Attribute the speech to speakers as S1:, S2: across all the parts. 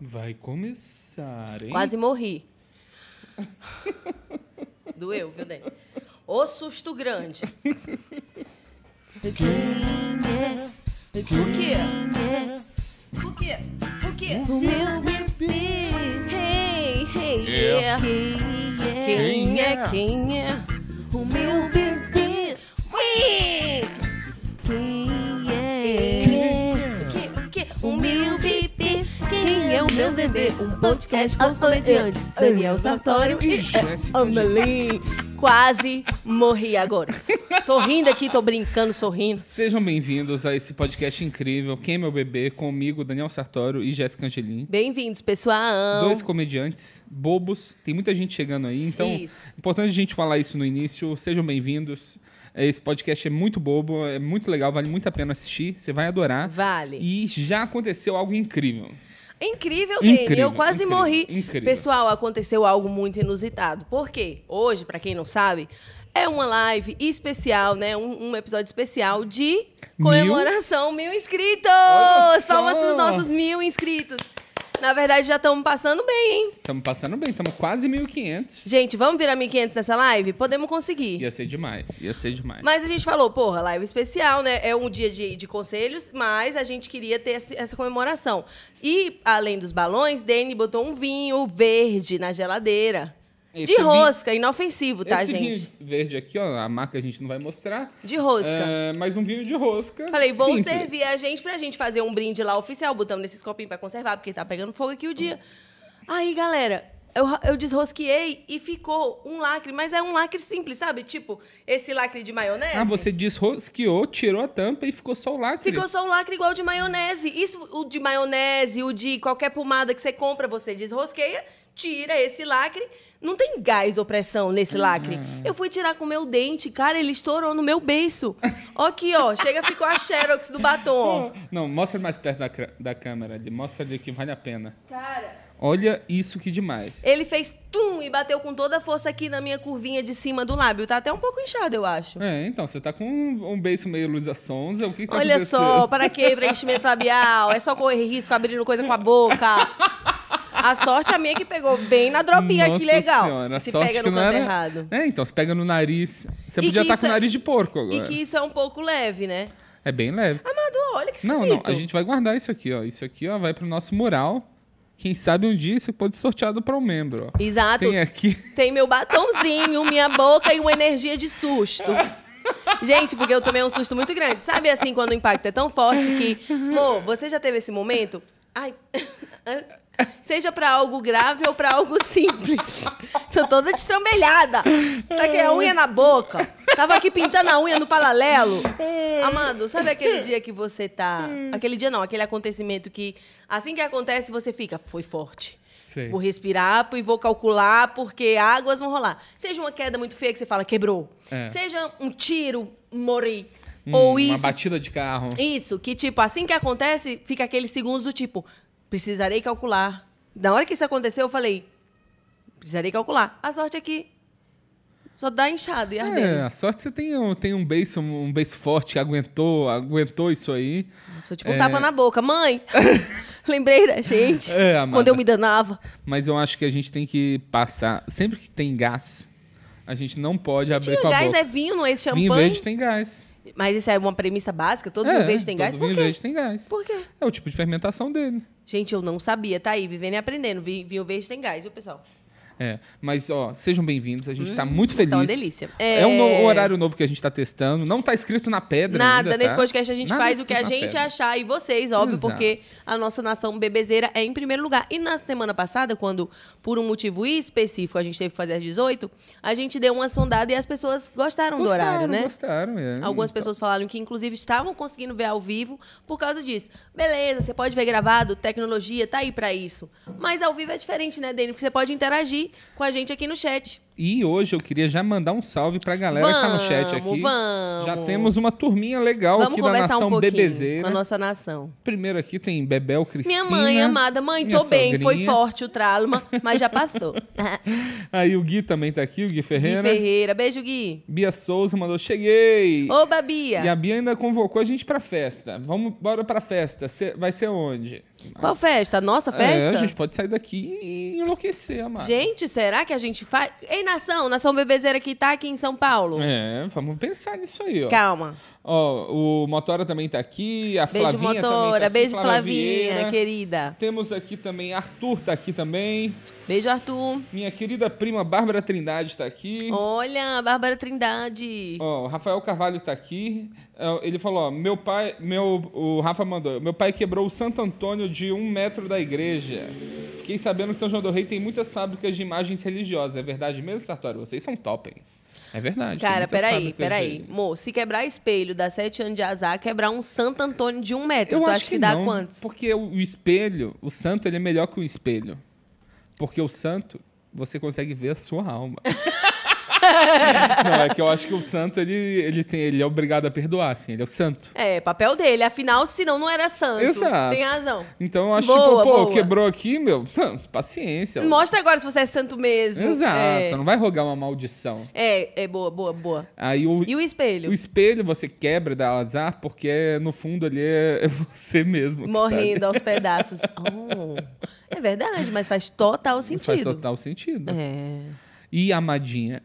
S1: Vai começar, hein?
S2: Quase morri. Doeu, viu, Dani? Ô susto grande. O quê? O quê? O quê?
S3: O meu bebê.
S2: Hey, hey,
S1: Yeah.
S2: yeah. Quem é? Quem é?
S3: O meu bebê.
S2: Quem
S3: Quem
S2: é? O quê? O quê?
S3: O meu bebê. Quem é o meu bebê? Um podcast com os
S2: Ah,
S3: comediantes.
S2: ah,
S3: Daniel
S2: ah,
S3: Sartório
S2: ah,
S3: e
S1: Jéssica
S3: Annalyn.
S2: Quase morri agora. Tô rindo aqui, tô brincando, sorrindo.
S1: Sejam bem-vindos a esse podcast incrível. Quem é meu bebê? Comigo, Daniel Sartório e Jéssica Angelim.
S2: Bem-vindos, pessoal.
S1: Dois comediantes bobos. Tem muita gente chegando aí, então
S2: Isso.
S1: é importante a gente falar isso no início. Sejam bem-vindos. Esse podcast é muito bobo, é muito legal, vale muito a pena assistir. Você vai adorar.
S2: Vale.
S1: E já aconteceu algo incrível.
S2: Incrível, Dani.
S1: Incrível,
S2: eu quase
S1: incrível,
S2: morri.
S1: incrível.
S2: Pessoal, aconteceu algo muito inusitado. Por quê? Hoje, pra quem não sabe, é uma live especial, né? Um, um episódio especial de comemoração mil, inscritos!
S1: Olha só!
S2: Palmas pros nossos mil inscritos. Na verdade, já estamos passando bem, hein?
S1: Estamos passando bem, estamos quase 1.500.
S2: Gente, vamos virar 1.500 nessa live? Podemos conseguir.
S1: Ia ser demais, ia ser demais.
S2: Mas a gente falou, porra, live especial, né? É um dia de, de conselhos, mas a gente queria ter esse- essa comemoração. E, além dos balões, Dani botou um vinho verde na geladeira.
S1: Esse
S2: de
S1: vinho-
S2: rosca, inofensivo, tá,
S1: Esse
S2: gente?
S1: vinho verde aqui, ó, a marca a gente não vai mostrar.
S2: De rosca.
S1: É, mas um vinho de rosca.
S2: Falei, bom
S1: simples.
S2: servir a gente pra gente fazer um brinde lá oficial, botamos nesses copinhos pra conservar, porque tá pegando fogo aqui o dia. Aí, galera, eu, ra- eu desrosqueei e ficou um lacre, mas é um lacre simples, sabe? Tipo, esse lacre de maionese.
S1: Ah, você desrosqueou, tirou a tampa e ficou só o lacre.
S2: Ficou só um lacre igual de maionese. Isso, o de maionese, o de qualquer pomada que você compra, você desrosqueia, tira esse lacre. Não tem gás ou pressão nesse lacre. Eu fui tirar com o meu dente, cara, ele estourou no meu beiço. Ó aqui, ó. Chega, ficou a xerox do batom.
S1: Não, mostra mais perto da, cra- da câmera ali. Mostra ali que vale a pena.
S2: Cara,
S1: Olha isso que demais.
S2: ele fez tum e bateu com toda a força aqui na minha curvinha de cima do lábio. Tá até um pouco inchado, eu acho.
S1: É, então, você tá com um, um beiço meio Luísa Sonza. O que, que tá
S2: Olha
S1: acontecendo?
S2: só, para que preenchimento labial? É só correr risco abrindo coisa com a boca. A sorte a minha que pegou bem na dropinha,
S1: Nossa
S2: que legal.
S1: Senhora, a
S2: Se
S1: sorte
S2: pega
S1: que
S2: no
S1: não
S2: canto
S1: era...
S2: errado.
S1: É, então, se pega no nariz. Você
S2: E
S1: podia
S2: que
S1: estar
S2: isso
S1: com o
S2: é-
S1: nariz de porco
S2: E
S1: agora.
S2: que isso é um pouco leve, né?
S1: É bem leve.
S2: Amado, olha que esquisito.
S1: Não, não, a gente vai guardar isso aqui, ó. Isso aqui, ó, vai pro nosso mural. Quem sabe um dia isso pode ser sorteado para um membro, ó.
S2: Exato.
S1: Tem aqui.
S2: Tem meu batomzinho, minha boca e uma energia de susto. Gente, porque eu tomei um susto muito grande. Sabe assim, quando o impacto é tão forte que. Mô, você já teve esse momento? Ai. Seja pra algo grave ou pra algo simples. Tô toda destrambelhada. Tá com a unha na boca. Tava aqui pintando a unha no paralelo. Amando, sabe aquele dia que você tá. Aquele dia não, aquele acontecimento que assim que acontece você fica. Foi forte.
S1: Sei.
S2: Vou respirar e vou calcular porque águas vão rolar. Seja uma queda muito feia que você fala quebrou.
S1: É.
S2: Seja um tiro, morri.
S1: Hum,
S2: Ou
S1: uma
S2: isso.
S1: batida de carro.
S2: Isso, que tipo, assim que acontece, fica aqueles segundos do tipo, precisarei calcular. Na hora que isso aconteceu, eu falei, precisarei calcular. A sorte é que só dá inchado e
S1: É,
S2: ardendo.
S1: a sorte você tem um, tem um beijo, um beijo forte que aguentou, aguentou isso aí.
S2: Mas foi tipo um
S1: É.
S2: tapa na boca. Mãe, lembrei da gente.
S1: É, amada.
S2: quando eu me danava.
S1: Mas eu acho que a gente tem que passar. Sempre que tem gás, a gente não pode abrir
S2: Tinha
S1: com a
S2: gás,
S1: boca.
S2: é vinho, não é esse
S1: Vinho
S2: champanhe.
S1: verde tem gás.
S2: Mas isso é uma premissa básica? Todo
S1: é,
S2: vinho verde tem
S1: todo
S2: gás? Por
S1: Vinho
S2: quê?
S1: verde tem gás.
S2: Por quê?
S1: É o tipo de fermentação dele.
S2: Gente, eu não sabia. Tá aí, vivendo e aprendendo. Vi- Vinho verde tem gás, viu, pessoal?
S1: É, mas ó, sejam bem-vindos, a gente tá muito feliz.
S2: tá uma delícia.
S1: É,
S2: É.
S1: um no- horário novo que a gente tá testando, não tá escrito na pedra
S2: Nada,
S1: ainda,
S2: nesse
S1: tá?
S2: podcast a gente
S1: Nada
S2: faz o que a
S1: escrito na
S2: gente
S1: pedra.
S2: achar e vocês, óbvio,
S1: Exato.
S2: porque a nossa nação bebezeira é em primeiro lugar. E na semana passada, quando por um motivo específico a gente teve que fazer às 18, a gente deu uma sondada e as pessoas gostaram, do
S1: Gostaram,
S2: horário, né?
S1: Gostaram, é.
S2: Algumas pessoas falaram que, inclusive, estavam conseguindo ver ao vivo por causa disso. Beleza, você pode ver gravado, tecnologia tá aí pra isso. Mas ao vivo é diferente, né, Dani? Porque você pode interagir com a gente aqui no chat.
S1: E hoje eu queria já mandar um salve pra galera que tá no chat
S2: Vamos,
S1: aqui.
S2: vamos.
S1: Já temos uma turminha legal
S2: Vamos
S1: aqui da
S2: conversar
S1: nação
S2: um pouquinho com
S1: bebezeira.
S2: a nossa nação.
S1: Primeiro aqui tem Bebel Cristina.
S2: Minha mãe, é amada, mãe,
S1: minha
S2: tô bem, foi
S1: sogrinha.
S2: forte o trauma, mas já passou.
S1: Aí o Gui também tá aqui, o Gui
S2: Gui
S1: Ferreira.
S2: Ferreira, beijo, Gui.
S1: Bia Souza mandou, cheguei!
S2: Ô,
S1: E a
S2: Babia,
S1: Bia ainda convocou a gente pra festa. Vamos, bora pra festa. Cê- vai ser onde?
S2: qual festa? A Nossa festa?
S1: É, a gente tá-
S2: gente...
S1: pode sair daqui e enlouquecer, amado.
S2: será que a gente faz... Ei, nação, nação bebezeira que tá aqui em São Paulo.
S1: É, vamos pensar nisso aí, ó.
S2: Calma.
S1: Ó, o Motora também tá aqui, a
S2: Beijo,
S1: Flavinha também
S2: motora.
S1: tá aqui,
S2: beijo,
S1: Flávia
S2: Flavinha,
S1: Vieira.
S2: querida.
S1: Temos aqui também, Arthur tá aqui também.
S2: Beijo, Arthur.
S1: Minha querida prima Bárbara Trindade tá aqui.
S2: Olha, Bárbara Trindade.
S1: Ó, o Rafael Carvalho tá aqui. Ó, Ele falou, ó, meu pai, meu, o Rafa mandou, meu pai quebrou o Santo Antônio de um metro da igreja. Fiquei sabendo que São João do Rei tem muitas fábricas de imagens religiosas. É verdade mesmo, Sartori? Vocês são top, hein? É verdade. tem
S2: Cara,
S1: muitas
S2: peraí,
S1: fábricas
S2: peraí.
S1: de-
S2: Mo, se quebrar espelho, dá sete anos de azar, quebrar um Santo Antônio de um metro.
S1: Eu
S2: tu
S1: acho
S2: acha que, dá
S1: não,
S2: quantos?
S1: Porque o o espelho, o santo, ele é melhor que o espelho. Porque o santo, você consegue ver a sua alma. não, é que eu acho que o santo, ele, ele, tem, ele é obrigado a perdoar, assim. Ele é o santo.
S2: É, papel dele. Afinal, senão não era santo.
S1: Exato.
S2: Tem razão.
S1: Então eu acho
S2: Boa,
S1: tipo, pô,
S2: boa.
S1: quebrou aqui, meu, paciência.
S2: Mostra agora se você é santo mesmo.
S1: Então. Exato,
S2: É,
S1: não vai rogar uma maldição.
S2: é, é boa, boa, boa.
S1: Aí o,
S2: E o espelho?
S1: o espelho você quebra, dá azar, porque no fundo ali é é você mesmo. que tá ali.
S2: Morrendo aos pedaços. Oh, é verdade, mas faz total sentido.
S1: Faz total sentido.
S2: É.
S1: E amadinha,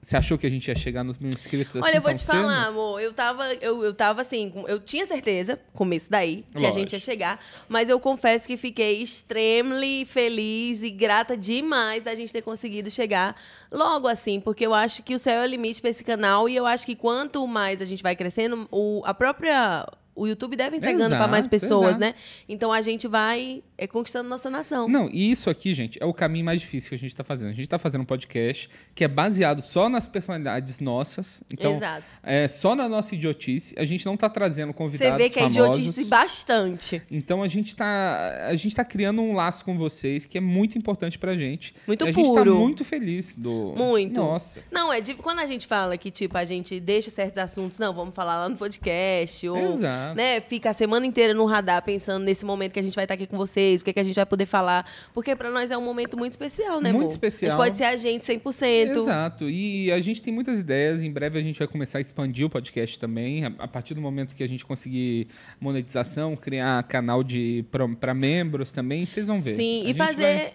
S1: você achou que a gente ia chegar nos mil inscritos assim
S2: Olha, eu vou
S1: tão
S2: te
S1: cedo?
S2: falar, amor. Eu tava, eu, eu tava assim, com- eu tinha certeza, começo daí, que a
S1: Lógico.
S2: gente ia chegar. Mas eu confesso que fiquei extremamente feliz e grata demais da gente ter conseguido chegar logo assim, porque eu acho que o céu é o limite pra esse canal. E eu acho que quanto mais a gente vai crescendo, o, a própria. O YouTube deve entregando pra mais
S1: Exato,
S2: pessoas,
S1: exato.
S2: né? Então a gente vai é, conquistando nossa nação.
S1: Não, e isso aqui, gente, é o caminho mais difícil que a gente tá fazendo. A gente tá fazendo um podcast que é baseado só nas personalidades nossas. Então,
S2: Exato.
S1: é só na nossa idiotice. A gente não tá trazendo
S2: Você
S1: convidados
S2: vê que é
S1: famosos.
S2: idiotice bastante.
S1: Então a gente tá a gente tá criando um laço com vocês que é muito importante pra gente.
S2: Muito
S1: e a gente tá
S2: puro.
S1: muito feliz do
S2: Muito.
S1: Nossa.
S2: Não, é de, quando a gente fala que, tipo, a gente deixa certos assuntos, não, vamos falar lá no podcast, ou,
S1: Exato.
S2: né, fica a semana inteira no radar pensando nesse momento que a gente vai estar aqui com vocês, o que, é que a gente vai poder falar, porque pra nós é um momento muito especial, né,
S1: Muito
S2: amor?
S1: especial.
S2: Mas pode ser a gente 100%.
S1: Exato. E a gente tem muitas ideias. Em breve a gente vai começar a expandir o podcast também. A, a partir do momento que a gente conseguir monetização, criar canal de para membros também, vocês vão ver.
S2: Sim,
S1: A
S2: e
S1: gente
S2: fazer...
S1: vai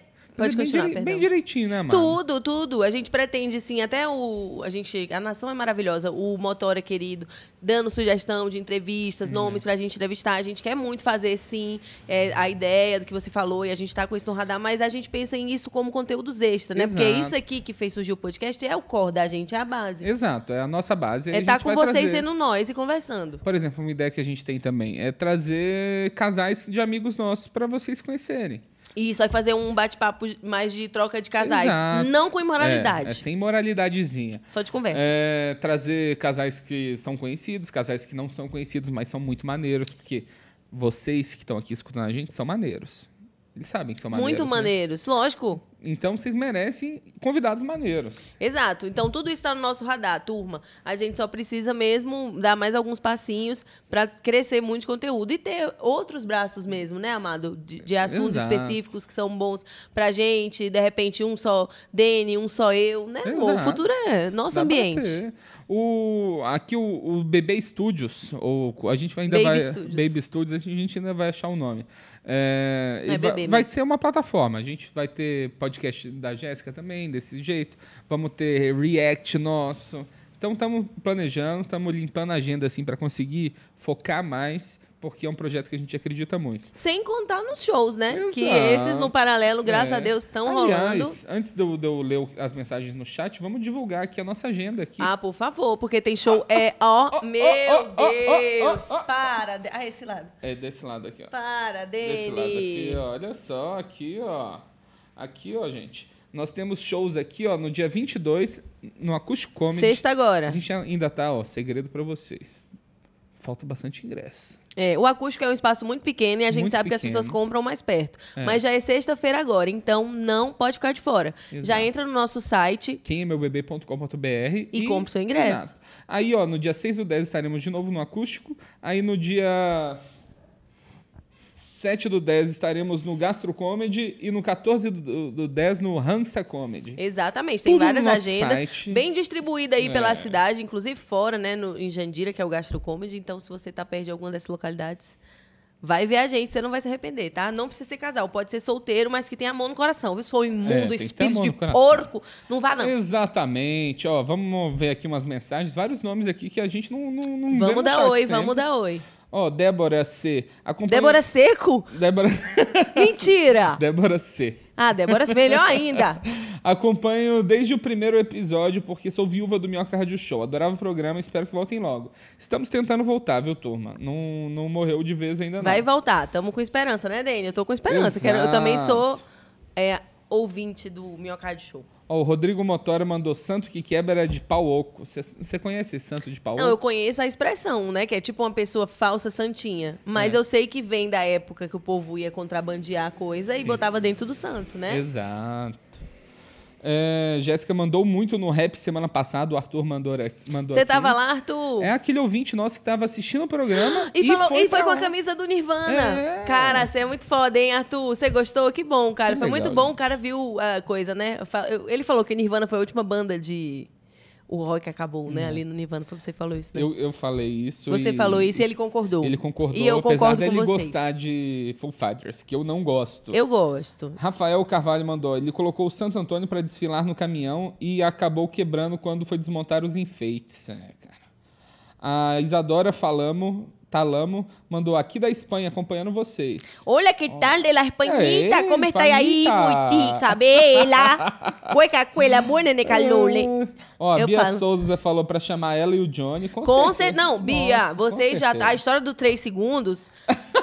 S1: fazer
S2: Pode
S1: bem
S2: continuar,
S1: direi- bem,
S2: perdão.
S1: direitinho, né, Amado?
S2: Tudo, tudo. A gente pretende, sim, até o. A gente. A nação é maravilhosa. O Motora é querido, dando sugestão de entrevistas,
S1: Uhum.
S2: nomes pra gente entrevistar. A gente quer muito fazer, sim, é, a ideia do que você falou e a gente tá com isso no radar, mas a gente pensa em isso como conteúdos extra, né? Porque
S1: Exato.
S2: isso aqui que fez surgir o podcast é o core da gente, é a base.
S1: Exato, é a nossa base. aí
S2: é
S1: a
S2: estar
S1: gente
S2: com
S1: vai
S2: vocês
S1: trazer.
S2: sendo nós e conversando.
S1: Por exemplo, uma ideia que a gente tem também é trazer casais de amigos nossos para vocês conhecerem.
S2: E isso vai fazer um bate-papo mais de troca de casais.
S1: Exato.
S2: Não com imoralidade.
S1: É, é sem moralidadezinha.
S2: Só de conversa.
S1: É, trazer casais que são conhecidos, casais que não são conhecidos, mas são muito maneiros, porque vocês que estão aqui escutando a gente são maneiros. Eles sabem que são maneiros.
S2: Muito
S1: né?
S2: maneiros, lógico.
S1: Então vocês merecem convidados maneiros.
S2: Exato. Então tudo isso está no nosso radar, turma. A gente só precisa mesmo dar mais alguns passinhos para crescer muito de conteúdo e ter outros braços mesmo, né, amado? De, de assuntos
S1: Exato.
S2: específicos que são bons pra gente. De repente, um só Dene, um só eu, né? amor? O
S1: Exato.
S2: futuro é nosso
S1: Dá pra
S2: ambiente.
S1: ter. O, aqui o, o Bebê Studios, ou a gente ainda
S2: Baby
S1: vai.
S2: Studios.
S1: Baby Studios, a gente ainda vai achar o nome. É,
S2: É
S1: ele vai,
S2: bebê mesmo.
S1: vai ser uma plataforma. A gente vai ter podcast da Jéssica também, desse jeito. Vamos ter React nosso. Então estamos planejando, estamos limpando a agenda assim para conseguir focar mais, porque é um projeto que a gente acredita muito.
S2: Sem contar nos shows, né? Que
S1: Exato.
S2: esses no paralelo, graças
S1: É.
S2: a Deus, estão
S1: Aliás,
S2: rolando.
S1: Antes de eu, de eu ler o- as mensagens no chat, vamos divulgar aqui a nossa agenda aqui.
S2: Ah, por favor, porque tem show. É, ó, meu
S1: oh, oh, oh,
S2: Deus!
S1: oh, oh.
S2: Para. De- Ah, esse lado.
S1: É desse lado aqui, ó.
S2: Para,
S1: Desse lado aqui,
S2: Dene.
S1: ó. Olha só, aqui, ó. Aqui, ó, gente. Nós temos shows aqui, ó, no dia 22, no Acústico Comedy.
S2: Sexta
S1: A
S2: agora.
S1: gente ainda tá, ó, segredo pra vocês. falta bastante ingresso.
S2: É, o acústico é um espaço muito pequeno e a gente
S1: Muito
S2: sabe que as
S1: pequeno.
S2: pessoas compram mais perto. Mas já é sexta-feira agora, então não pode ficar de fora. Já
S1: Exato.
S2: entra no nosso site.
S1: é quemeubebê.com.br
S2: E compra o seu ingresso.
S1: Exato. Aí, ó, no dia 6 do 10 estaremos de novo no acústico. Aí no dia 7 do 10 estaremos no Gastro Comedy e no 14 do, do 10 no Hansa Comedy.
S2: Exatamente, tem
S1: Tudo no
S2: várias
S1: nosso
S2: agendas,
S1: site.
S2: bem distribuída aí
S1: É.
S2: pela cidade, inclusive fora, né, no, em Jandira, que é o Gastro Comedy. Então, se você tá perto de alguma dessas localidades, vai ver a gente, você não vai se arrepender, tá? Não precisa ser casal, pode ser solteiro, mas que tenha amor no coração. viu? Se
S1: É,
S2: for um
S1: tem que
S2: imundo,
S1: ter
S2: espírito
S1: amor
S2: de
S1: no coração.
S2: porco, não vá não.
S1: Exatamente. Ó, vamos ver aqui umas mensagens, vários nomes aqui que a gente não não, não vê no
S2: Vamos dar
S1: chat
S2: oi,
S1: sempre.
S2: vamos dar oi.
S1: Ó, Débora C. Acompanha...
S2: Débora Seco?
S1: Débora
S2: Mentira!
S1: Débora C.
S2: Ah, Débora, melhor ainda.
S1: Acompanho desde o primeiro episódio porque sou viúva do Minhoca Rádio Show. Adorava o programa e espero que voltem logo. Estamos tentando voltar, viu, turma? Não, não morreu de vez ainda, não.
S2: Vai voltar. Tamo com esperança, né, Dani? Eu tô com esperança. quero- eu também sou é, ouvinte do Miocard Show.
S1: Ó, o Rodrigo Motora mandou santo que quebra de pau oco. Você conhece esse santo de pau
S2: Não, eu
S1: oco?
S2: conheço a expressão, né? Que é tipo uma pessoa falsa santinha.
S1: É.
S2: Mas eu sei que vem da época que o povo ia contrabandear coisa e
S1: Sim.
S2: botava dentro do santo, né?
S1: Exato. É, Jéssica mandou muito no rap semana passada, o Arthur mandou, a- mandou
S2: Você
S1: aqui.
S2: tava lá, Arthur?
S1: É aquele ouvinte nosso que tava assistindo o programa
S2: E, falou, e foi
S1: pra
S2: com a
S1: lá.
S2: camisa do Nirvana.
S1: É.
S2: Cara, você é muito foda, hein, Arthur? Você gostou? Que bom, cara.
S1: Que
S2: foi muito
S1: legal,
S2: bom.
S1: né?
S2: O cara viu a coisa, né? Eu fa- eu- Ele falou que Nirvana foi a última banda de. O rock acabou, né? Ali no Nirvana. Foi você que falou isso, né?
S1: Uhum. Eu, eu falei isso
S2: você
S1: e-
S2: falou isso e ele concordou.
S1: Ele concordou,
S2: E eu
S1: apesar
S2: concordo
S1: dele
S2: com vocês.
S1: gostar de Full Fighters, que eu não gosto.
S2: Eu gosto.
S1: Rafael Carvalho mandou, ele colocou o Santo Antônio pra desfilar no caminhão e acabou quebrando quando foi desmontar os enfeites. É, cara. A Isadora Falamo, Talamo mandou aqui da Espanha acompanhando vocês.
S3: Hola, ¿qué tal de la españita?
S1: Ey,
S3: ¿Cómo estáis ahí?
S1: españita.
S3: Muitica, bela. Hueca, cuela, buena, necalole.
S1: Ó, a
S2: Eu
S1: Bia
S2: falo.
S1: Souza falou pra chamar ela e o Johnny. Com,
S2: Com cer-
S1: certeza.
S2: Não, Bia,
S1: Nossa, com
S2: vocês já. tá,
S1: certeza.
S2: A história do 3 segundos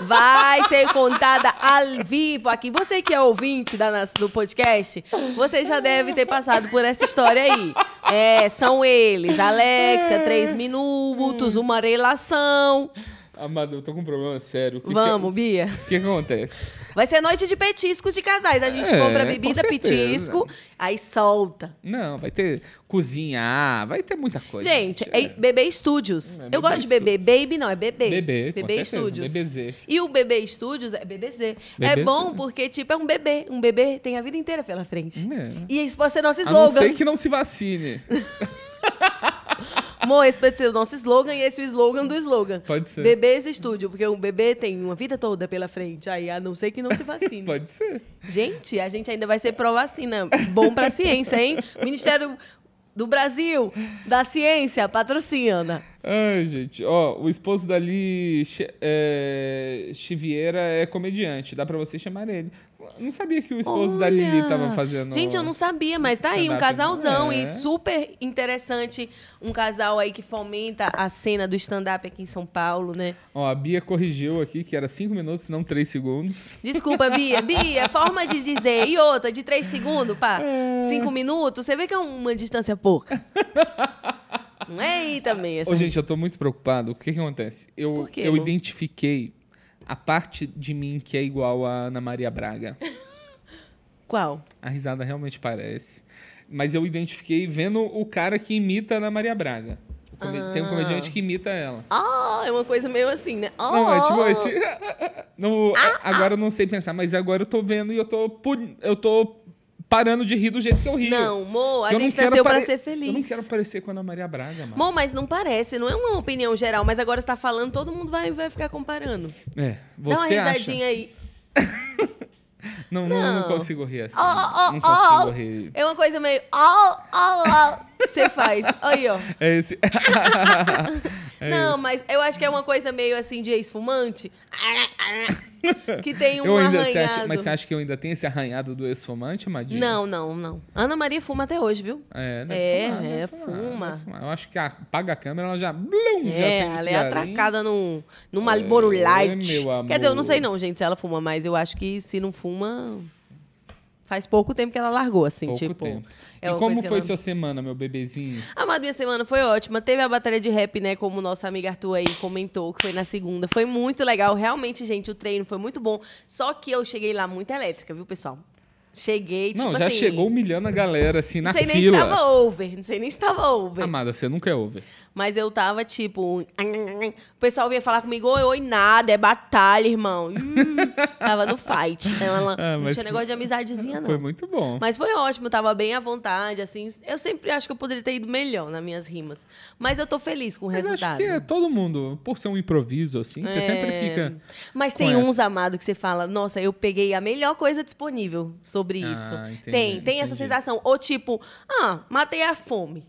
S2: vai ser contada ao vivo aqui. Você que é ouvinte da, nas- do podcast, você já deve ter passado por essa história aí. É, são eles, Alexia, três minutos, uma relação.
S1: Amado, eu tô com um problema sério. O que
S2: Vamos, Bia.
S1: Que, o que que acontece?
S2: Vai ser noite de petisco de casais. A gente
S1: É,
S2: compra
S1: com
S2: bebida,
S1: certeza.
S2: petisco, aí solta.
S1: Não, vai ter cozinhar, vai ter muita coisa.
S2: Gente,
S1: é.
S2: é Bebê Studios.
S1: É,
S2: Eu
S1: Bebê
S2: gosto de bebê. Baby não, é bebê.
S1: Bebê, com
S2: Bebê
S1: certeza,
S2: Studios.
S1: BBZ.
S2: E o Bebê Studios é BBZ. É
S1: BBZ.
S2: bom porque, tipo, é um bebê. Um bebê tem a vida inteira pela frente.
S1: É.
S2: E esse pode ser nosso
S1: A não
S2: slogan.
S1: ser que não se vacine.
S2: Amor, esse pode ser o nosso slogan e esse é o slogan do slogan.
S1: Pode ser.
S2: Bebês Estúdio, porque um bebê tem uma vida toda pela frente. Aí, a não ser que não se vacine.
S1: Pode ser.
S2: Gente, a gente ainda vai ser pró-vacina. Bom pra ciência, hein? Ministério do Brasil, da Ciência, patrocina.
S1: Ai, gente. Ó, o esposo dali, Chi- é, Chiviera, é comediante. Dá pra você chamar ele. Não sabia que o esposo da Lili
S2: Olha!
S1: tava fazendo.
S2: Gente, eu não sabia, mas tá aí, um
S1: Stand-up,
S2: casalzão
S1: né?
S2: e super interessante. Um casal aí que fomenta a cena do stand-up aqui em São Paulo, né?
S1: Ó, a Bia corrigiu aqui que era 5 minutos, não 3 segundos.
S2: Desculpa, Bia. Bia, forma de dizer. E outra, de três segundos, pá,
S1: É.
S2: cinco minutos, você vê que é uma distância pouca. Não é aí também, essa
S1: Ô, gente, eu tô muito preocupado. O que que acontece? Eu,
S2: Por quê,
S1: eu
S2: Lu?
S1: identifiquei a parte de mim que é igual a Ana Maria Braga.
S2: Qual?
S1: A risada realmente parece. Mas eu identifiquei vendo o cara que imita a Ana Maria Braga. O come- Tem um comediante que imita ela.
S2: Ah, é uma coisa meio assim, né? Ah,
S1: Não, é tipo esse. Não, agora eu não sei pensar, mas agora eu tô vendo e eu tô, pu- eu tô parando de rir do jeito que eu rio.
S2: Não, Mo, a
S1: Eu não
S2: gente
S1: quero
S2: nasceu pra
S1: pare-
S2: ser feliz.
S1: Eu não quero parecer com a Ana Maria Braga, mano.
S2: Bom, mas não parece, não é uma opinião geral, mas agora você tá falando, todo mundo vai, vai ficar comparando.
S1: É,
S2: Dá uma
S1: você acha?
S2: risadinha aí.
S1: Não, não, não
S2: Não.
S1: consigo rir assim.
S2: Ó, ó, ó,
S1: não consigo
S2: ó.
S1: rir.
S2: É uma coisa meio. Ó, ó, ó. que Você faz. Aí, ó.
S1: É esse. É
S2: não,
S1: esse.
S2: mas eu acho que é uma coisa meio assim de ex-fumante. Que tem um
S1: eu ainda,
S2: arranhado.
S1: você acha, mas você acha que eu ainda tenho esse arranhado do esfumante, Madinho?
S2: Não, não, não. Ana Maria fuma até hoje, viu?
S1: É, deve
S2: É,
S1: fumar, deve
S2: é,
S1: fumar,
S2: fuma.
S1: deve fumar. Eu acho que apaga a câmera, ela já. Blum, já acende o
S2: É, ela é
S1: cigarrinho.
S2: atracada num, num Marlboro
S1: É,
S2: Light.
S1: meu amor.
S2: Quer dizer, eu não sei não, gente, se ela fuma, mas eu acho que se não fuma, Faz pouco tempo que ela largou, assim,
S1: Pouco
S2: tipo.
S1: tempo.
S2: é
S1: e
S2: uma
S1: como
S2: coisa que
S1: foi
S2: ela-
S1: sua semana, meu bebezinho?
S2: Amado, minha semana foi ótima. Teve a batalha de rap, né? Como nossa amiga Arthur aí comentou, que foi na segunda. Foi muito legal. Realmente, gente, o treino foi muito bom. Só que eu cheguei lá muito elétrica, viu, pessoal? Cheguei, tipo
S1: não, já
S2: assim,
S1: chegou humilhando a galera, assim, na
S2: Não sei nem se
S1: fila.
S2: tava over. Não sei nem se tava over.
S1: Amada, você nunca é over.
S2: Mas eu tava tipo. O pessoal vinha falar comigo, oi, oi, nada, é batalha, irmão. Hum, tava no fight. Ela,
S1: Ah,
S2: não
S1: mas
S2: tinha negócio de amizadezinha, não.
S1: Foi muito bom.
S2: Mas foi ótimo, eu tava bem à vontade, assim. Eu sempre acho que eu poderia ter ido melhor nas minhas rimas. Mas eu tô feliz com o
S1: Mas
S2: resultado. É.
S1: acho que é todo mundo, por ser um improviso, assim, você sempre fica.
S2: Mas
S1: com
S2: tem
S1: essa.
S2: uns, amado, que você fala, nossa, eu peguei a melhor coisa disponível sobre
S1: Ah,
S2: isso.
S1: entendi,
S2: tem, tem essa
S1: entendi.
S2: sensação. Ou tipo, ah, matei a fome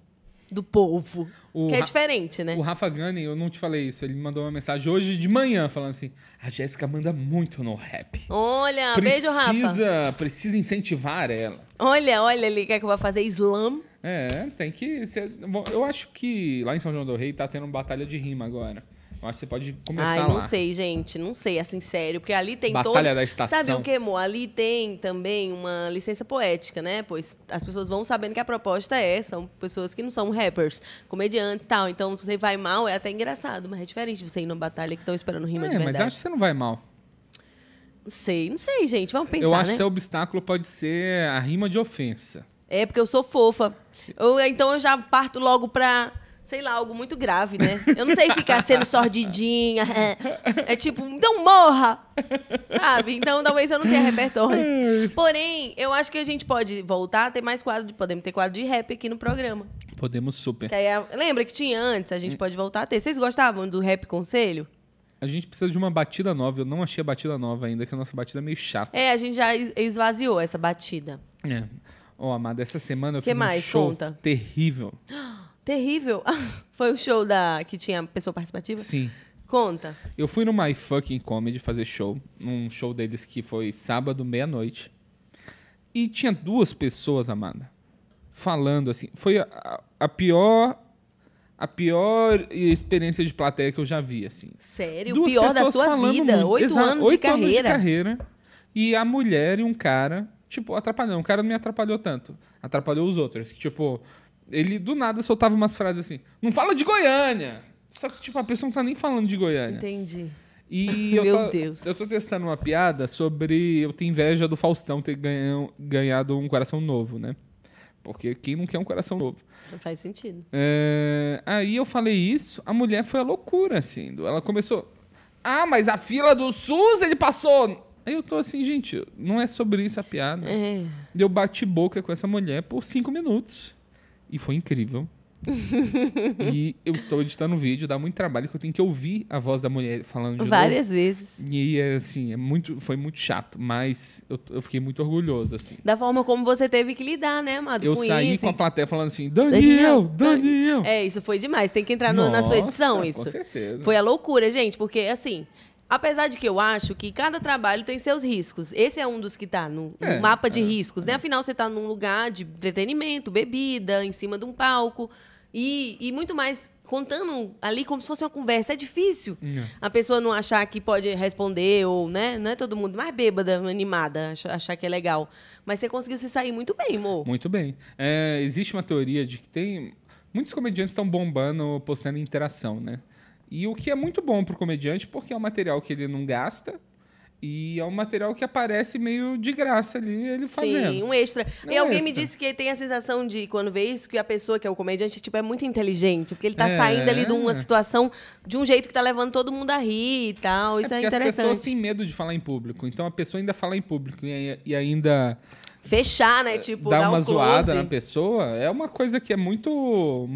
S2: do povo.
S1: O
S2: que é
S1: Ra-
S2: diferente, né?
S1: O Rafa Gunning, eu não te falei isso, ele me mandou uma mensagem hoje de manhã falando assim: a Jéssica manda muito no rap.
S2: Olha, Ah, beijo, Rafa.
S1: Precisa, precisa incentivar ela.
S2: Olha, olha ali, quer que eu vá fazer slam?
S1: É, tem que. ser- bom, eu acho que lá em São João do Rei tá tendo uma batalha de rima agora. Eu acho que você pode começar
S2: Ai,
S1: lá.
S2: não sei, gente, não sei, assim, sério, porque ali tem
S1: Batalha
S2: todo...
S1: da estação.
S2: Sabe o que, é amor? Ali tem também uma licença poética, né? Pois as pessoas vão sabendo que a proposta é, são pessoas que não são rappers, comediantes e tal, então se você vai mal é até engraçado, mas é diferente de você ir numa batalha que estão esperando rima de
S1: É,
S2: verdade.
S1: mas acho que você não vai mal.
S2: Não sei, não sei, gente, vamos pensar,
S1: eu acho
S2: né?
S1: que seu obstáculo pode ser a rima de ofensa.
S2: É porque eu sou fofa. Ou então eu já parto logo pra, sei lá, algo muito grave, né? Eu não sei ficar sendo sordidinha. É tipo, então morra! Sabe? Então talvez eu não tenha repertório. Porém, eu acho que a gente pode voltar a ter mais quadro. de- Podemos ter quadro de rap aqui no programa.
S1: Podemos super.
S2: Que aí é a- lembra que tinha antes? A gente pode voltar a ter. Vocês gostavam do rap conselho?
S1: A gente precisa de uma batida nova. Eu não achei a batida nova ainda, que a nossa batida é meio chata.
S2: É, a gente já es- esvaziou essa batida.
S1: É. Ó, amada, essa semana eu
S2: Que
S1: fiz um
S2: mais?
S1: show
S2: Conta.
S1: terrível.
S2: Terrível. Foi o show da que tinha pessoa participativa?
S1: Sim.
S2: Conta.
S1: Eu fui no My Fucking Comedy fazer show, num show deles que foi sábado, meia-noite. E tinha duas pessoas, Amanda, falando assim. Foi a- a, a pior a pior experiência de plateia que eu já vi, assim.
S2: Sério, o
S1: Duas
S2: pior da
S1: pessoas
S2: sua
S1: falando
S2: vida.
S1: muito.
S2: Oito
S1: Exato,
S2: anos de
S1: oito
S2: carreira.
S1: carreira. E a mulher e um cara, tipo, atrapalhando. O cara não me atrapalhou tanto. Atrapalhou os outros. que, Tipo, ele do nada soltava umas frases assim. Não fala de Goiânia! Só que, tipo, a pessoa não tá nem falando de Goiânia.
S2: Entendi.
S1: E eu
S2: Meu
S1: tô,
S2: Deus.
S1: Eu tô testando uma piada sobre eu ter inveja do Faustão ter ganhão- ganhado um coração novo, né? Porque quem não quer um coração novo?
S2: Não faz sentido.
S1: É, aí eu falei isso, a mulher foi a loucura, assim. do- Ela começou. Ah, mas a fila do SUS ele passou! Aí eu tô assim, gente, não é sobre isso a piada.
S2: É.
S1: Eu bati boca com essa mulher por cinco minutos. E foi incrível. e eu estou editando um vídeo, dá muito trabalho, que eu tenho que ouvir a voz da mulher falando de novo.
S2: Várias vezes.
S1: E é, assim, é muito, foi muito chato, mas eu, eu fiquei muito orgulhoso, assim.
S2: Da forma como você teve que lidar, né, amado?
S1: Eu
S2: com
S1: saí
S2: isso.
S1: com a plateia falando assim, Daniel, Daniel!
S2: É, isso foi demais. Tem que entrar no- na sua edição,
S1: Nossa,
S2: isso.
S1: Com certeza.
S2: Foi a loucura, gente, porque assim. Apesar de que eu acho que cada trabalho tem seus riscos. Esse é um dos que tá no, no
S1: É,
S2: mapa de riscos, né? Afinal, você tá num lugar de entretenimento, bebida, em cima de um palco. E, e muito mais contando ali como se fosse uma conversa. É difícil.
S1: É.
S2: A pessoa não achar que pode responder, ou, né? Não é todo mundo mais bêbada, animada, acha- achar que é legal. Mas você conseguiu se sair muito bem, amor.
S1: Muito bem. É, existe uma teoria de que tem... Muitos comediantes estão bombando, postando interação, né? E o que é muito bom pro comediante, porque é um material que ele não gasta e é um material que aparece meio de graça ali, ele fazendo.
S2: Sim, um extra.
S1: É
S2: e
S1: um
S2: alguém me
S1: extra.
S2: disse que tem a sensação de, quando vê isso, que a pessoa que é o comediante, tipo, é muito inteligente. Porque ele tá
S1: É.
S2: saindo ali de uma situação, de um jeito que tá levando todo mundo a rir e tal. Isso é,
S1: porque as
S2: interessante.
S1: pessoas têm medo de falar em público. Então a pessoa ainda fala em público e, e ainda
S2: Fechar, né? Tipo,
S1: É, dá
S2: dar
S1: uma
S2: um close.
S1: zoada na pessoa é uma coisa que é muito,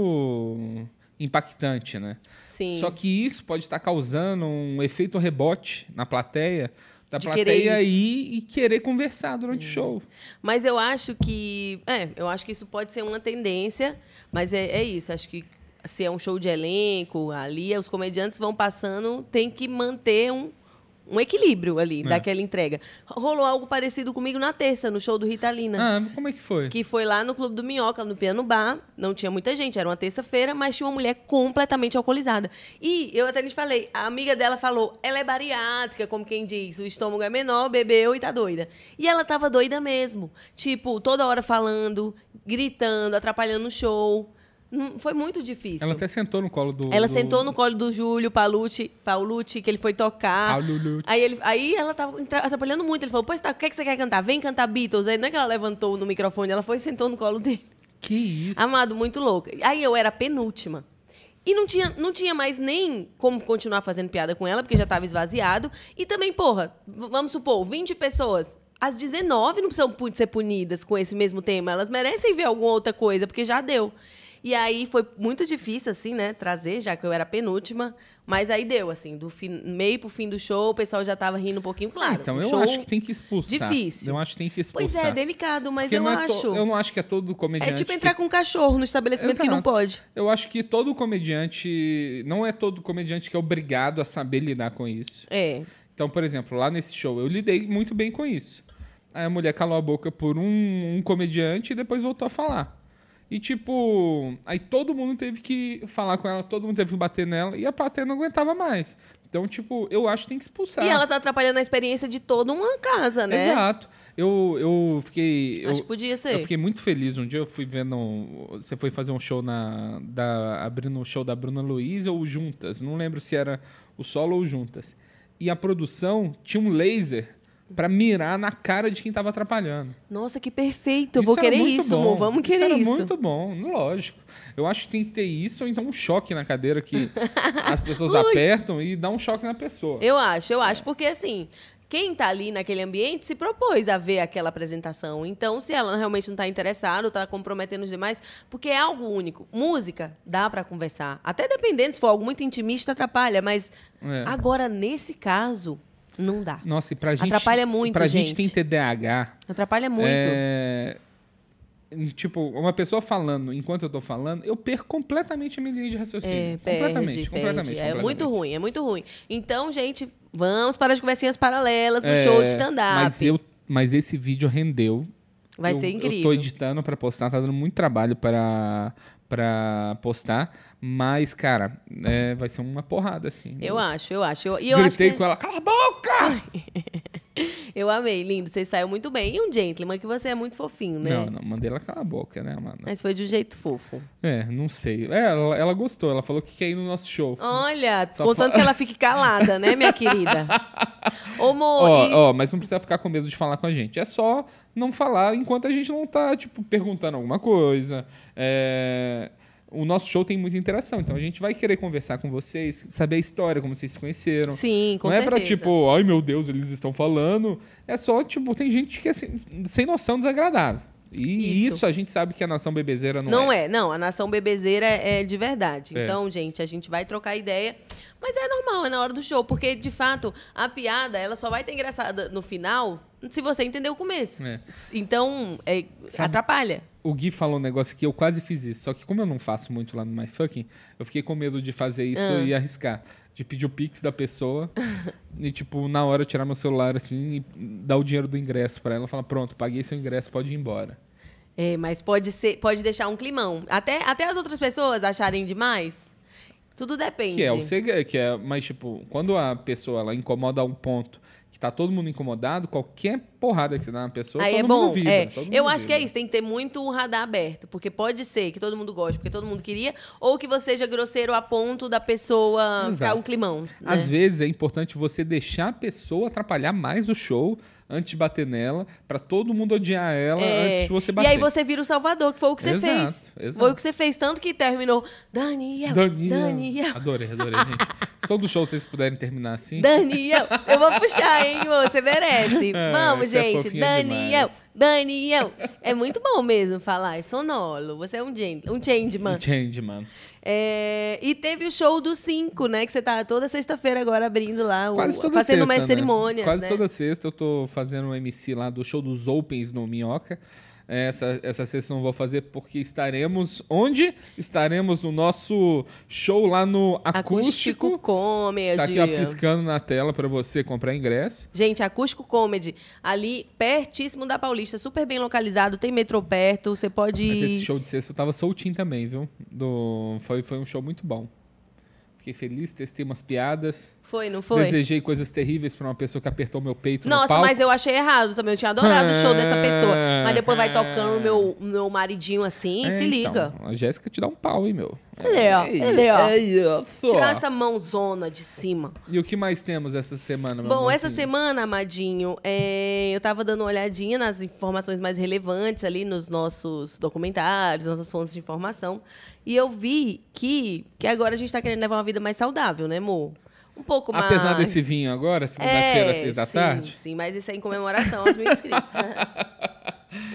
S1: muito impactante, né?
S2: Sim.
S1: Só que isso pode estar causando um efeito rebote na plateia, da
S2: De querer
S1: plateia
S2: isso. Hum.
S1: ir e querer conversar durante o show.
S2: Mas eu acho que. É, eu acho que isso pode ser uma tendência, mas é, é isso. Acho que se é um show de elenco, ali os comediantes vão passando, tem que manter um, um equilíbrio ali daquela entrega. Rolou algo parecido comigo na terça, no show do Ritalina.
S1: Ah, como é que foi?
S2: Que foi lá no Clube do Minhoca, no Piano Bar. Não tinha muita gente, era uma terça-feira, mas tinha uma mulher completamente alcoolizada. E eu até lhes falei, a amiga dela falou, ela é bariátrica, como quem diz, o estômago é menor, bebeu e tá doida. E ela tava doida mesmo. Tipo, toda hora falando, gritando, atrapalhando o show. Hum, Foi muito difícil.
S1: Ela até sentou no colo do.
S2: Ela
S1: do-
S2: sentou no colo do Júlio Paulucci, Paulucci que ele foi tocar.
S1: Paulucci.
S2: Aí, ele, aí ela tava entra- atrapalhando muito. Ele falou, pois tá, o que, é que você quer cantar? Vem cantar Beatles. Aí não é que ela levantou no microfone, ela foi e sentou no colo dele.
S1: Que isso?
S2: Amado, muito louca. Aí eu era a penúltima. E não tinha, não tinha mais nem como continuar fazendo piada com ela, porque já tava esvaziado. E também, porra, v- vamos supor, 20 pessoas. As 19 não precisam pu- ser punidas com esse mesmo tema. Elas merecem ver alguma outra coisa, porque já deu. E aí foi muito difícil, assim, né? Trazer, já que eu era a penúltima. Mas aí deu, assim, do fim- meio pro fim do show, o pessoal já tava rindo um pouquinho, claro.
S1: Então
S2: o
S1: eu
S2: show...
S1: acho que tem que expulsar.
S2: difícil.
S1: Eu acho que tem que expulsar.
S2: Pois é, delicado, mas
S1: Porque
S2: eu
S1: não é to-
S2: acho.
S1: Eu não acho que é todo comediante.
S2: É tipo
S1: que-
S2: entrar com um cachorro no estabelecimento que não
S1: Exato.
S2: pode.
S1: Eu acho que todo comediante. Não é todo comediante que é obrigado a saber lidar com isso.
S2: É.
S1: Então, por exemplo, lá nesse show, eu lidei muito bem com isso. Aí a mulher calou a boca por um, um comediante e depois voltou a falar. E, tipo, aí todo mundo teve que falar com ela, todo mundo teve que bater nela e a plateia não aguentava mais. Então, tipo, eu acho que tem que expulsar.
S2: E ela tá atrapalhando a experiência de toda uma casa, né?
S1: Exato. Eu, eu fiquei.
S2: Acho
S1: eu-
S2: que podia ser.
S1: Eu fiquei muito feliz. Um dia eu fui vendo. um- Você foi fazer um show na. Da, abrindo o show da Bruna Luiz ou Juntas. Não lembro se era o solo ou Juntas. E a produção tinha um laser pra mirar na cara de quem tava atrapalhando.
S2: Nossa, que perfeito. Eu
S1: Isso
S2: vou
S1: era
S2: querer
S1: muito
S2: isso,
S1: bom.
S2: amor. Vamos querer
S1: isso.
S2: isso.
S1: Era muito bom, lógico. Eu acho que tem que ter isso ou então um choque na cadeira que as pessoas apertam e dá um choque na pessoa.
S2: Eu acho, eu acho, porque assim. Quem tá ali naquele ambiente se propôs a ver aquela apresentação. Então, se ela realmente não tá interessada ou tá comprometendo os demais, porque é algo único. Música, dá pra conversar. Até dependendo, se for algo muito intimista, atrapalha. Mas
S1: É.
S2: agora, nesse caso, não dá.
S1: Nossa, e pra gente.
S2: Atrapalha muito,
S1: pra
S2: gente.
S1: gente tem TDAH.
S2: Atrapalha muito.
S1: É, Tipo, uma pessoa falando enquanto eu tô falando, eu perco completamente a minha linha de raciocínio.
S2: É, perde,
S1: completamente,
S2: perde.
S1: completamente.
S2: É
S1: completamente.
S2: muito ruim, é muito ruim. Então, gente, vamos para as conversinhas paralelas no
S1: É,
S2: show de stand-up.
S1: Mas, eu- mas esse vídeo rendeu.
S2: Vai
S1: Eu-
S2: ser
S1: Eu tô
S2: incrível.
S1: editando pra postar, tá dando muito trabalho pra, pra postar. Mas, cara, é, vai ser uma porrada, assim.
S2: Eu acho, eu acho. Eu, e eu
S1: Gritei
S2: acho que-
S1: com ela, cala a boca!
S2: eu amei, lindo. Você saiu muito bem. E um gentleman, que você é muito fofinho, né?
S1: Não, não, mandei ela calar a boca, né, mano?
S2: Mas foi de um jeito fofo.
S1: É, não sei. É, ela, ela gostou, ela falou que quer ir no nosso show.
S2: Olha,
S1: Só
S2: contanto
S1: fa-
S2: que ela fique calada, né, minha querida? Ô, amor,
S1: Ó,
S2: e-
S1: ó, mas não precisa ficar com medo de falar com a gente. É só não falar enquanto a gente não tá, tipo, perguntando alguma coisa. É, O nosso show tem muita interação, então a gente vai querer conversar com vocês, saber a história, como vocês se conheceram.
S2: Sim, com
S1: não é
S2: certeza.
S1: pra, tipo, ai meu Deus, eles estão falando. É só, tipo, tem gente que é sem, sem noção desagradável. E
S2: Isso.
S1: isso. a gente sabe que a nação bebezeira não,
S2: Não, é. não. A nação bebezeira é de verdade.
S1: É.
S2: Então, gente, a gente vai trocar ideia. Mas é normal, é na hora do show, porque, de fato, a piada, ela só vai ter engraçada no final se você entender o começo.
S1: É.
S2: Então, é,
S1: Sabe-
S2: atrapalha.
S1: O Gui falou um negócio que eu quase fiz isso, só que como eu não faço muito lá no My Fucking, eu fiquei com medo de fazer isso
S2: Ah.
S1: e arriscar. De pedir o pix da pessoa e, tipo, na hora eu tirar meu celular assim e dar o dinheiro do ingresso pra ela. Falar, pronto, paguei seu ingresso, pode ir embora.
S2: É, mas pode ser, pode deixar um climão. Até, até as outras pessoas acharem demais. Tudo depende.
S1: Que é o segredo, que é, mas, tipo, quando a pessoa ela incomoda a um ponto que tá todo mundo incomodado, qualquer porrada que você dá na pessoa,
S2: Aí
S1: todo
S2: é
S1: mundo
S2: bom.
S1: vibra,
S2: é.
S1: todo mundo
S2: Eu acho que é
S1: vibra.
S2: isso, tem que ter muito o radar aberto. Porque pode ser que todo mundo goste, porque todo mundo queria, ou que você seja grosseiro a ponto da pessoa ficar
S1: Exato.
S2: um climão. Né?
S1: Às vezes é importante você deixar a pessoa atrapalhar mais o show antes de bater nela, pra todo mundo odiar ela
S2: É.
S1: antes de você
S2: E
S1: bater.
S2: aí você vira o salvador, que foi o que você
S1: Exato,
S2: fez.
S1: exato.
S2: Foi o que você fez, tanto que terminou. Daniel, Daniel,
S1: Daniel.
S2: Daniel,
S1: Adorei, adorei, gente. Se todo show vocês puderem terminar assim.
S2: Eu vou puxar, hein, amor? Você merece.
S1: É,
S2: Vamos,
S1: você é
S2: gente.
S1: fofinha
S2: Daniel,
S1: demais.
S2: Daniel. É muito bom mesmo falar, é sonoro. Você é um, gen um changeman.
S1: Change, mano.
S2: É, e teve o show do 5, né? Que você tá toda sexta-feira agora abrindo lá, o-
S1: Quase toda
S2: fazendo
S1: sexta,
S2: mais
S1: né?
S2: cerimônias.
S1: Quase
S2: né?
S1: toda sexta eu tô fazendo um MC lá do show dos Opens no Minhoca. É, Essa, essa sessão eu vou fazer porque estaremos onde? Estaremos no nosso show lá no
S2: Acústico,
S1: Acústico.
S2: Comedy.
S1: Tá aqui ó, piscando na tela pra você comprar ingresso.
S2: Gente, Acústico Comedy, ali pertíssimo da Paulista, super bem localizado, tem metrô perto, você pode.
S1: Mas
S2: ir.
S1: esse show de sexta eu tava soltinho também, viu? Do... Foi, foi um show muito bom. Fiquei feliz, testei umas piadas.
S2: Foi, não foi?
S1: Desejei coisas terríveis pra uma pessoa que apertou meu peito no
S2: Nossa,
S1: palco.
S2: mas eu achei errado também. Eu tinha adorado o show dessa pessoa. Mas depois vai
S1: É.
S2: tocando o meu, meu maridinho assim,
S1: É,
S2: se liga.
S1: Então, a Jéssica te dá um pau, hein, meu?
S2: Ele, ó,
S1: Ei,
S2: ele, ó.
S1: é isso.
S2: Tirar essa mãozona de cima.
S1: E o que mais temos essa semana, meu
S2: Bom, essa
S1: amorzinho?
S2: semana, amadinho, é, eu tava dando uma olhadinha nas informações mais relevantes ali nos nossos documentários, nossas fontes de informação. E eu vi que, que agora a gente tá querendo levar uma vida mais saudável, né, amor? Um pouco mais. É,
S1: Apesar desse vinho agora, segunda-feira, às seis da
S2: sim,
S1: tarde,
S2: Sim, mas isso é em comemoração aos mil inscritos.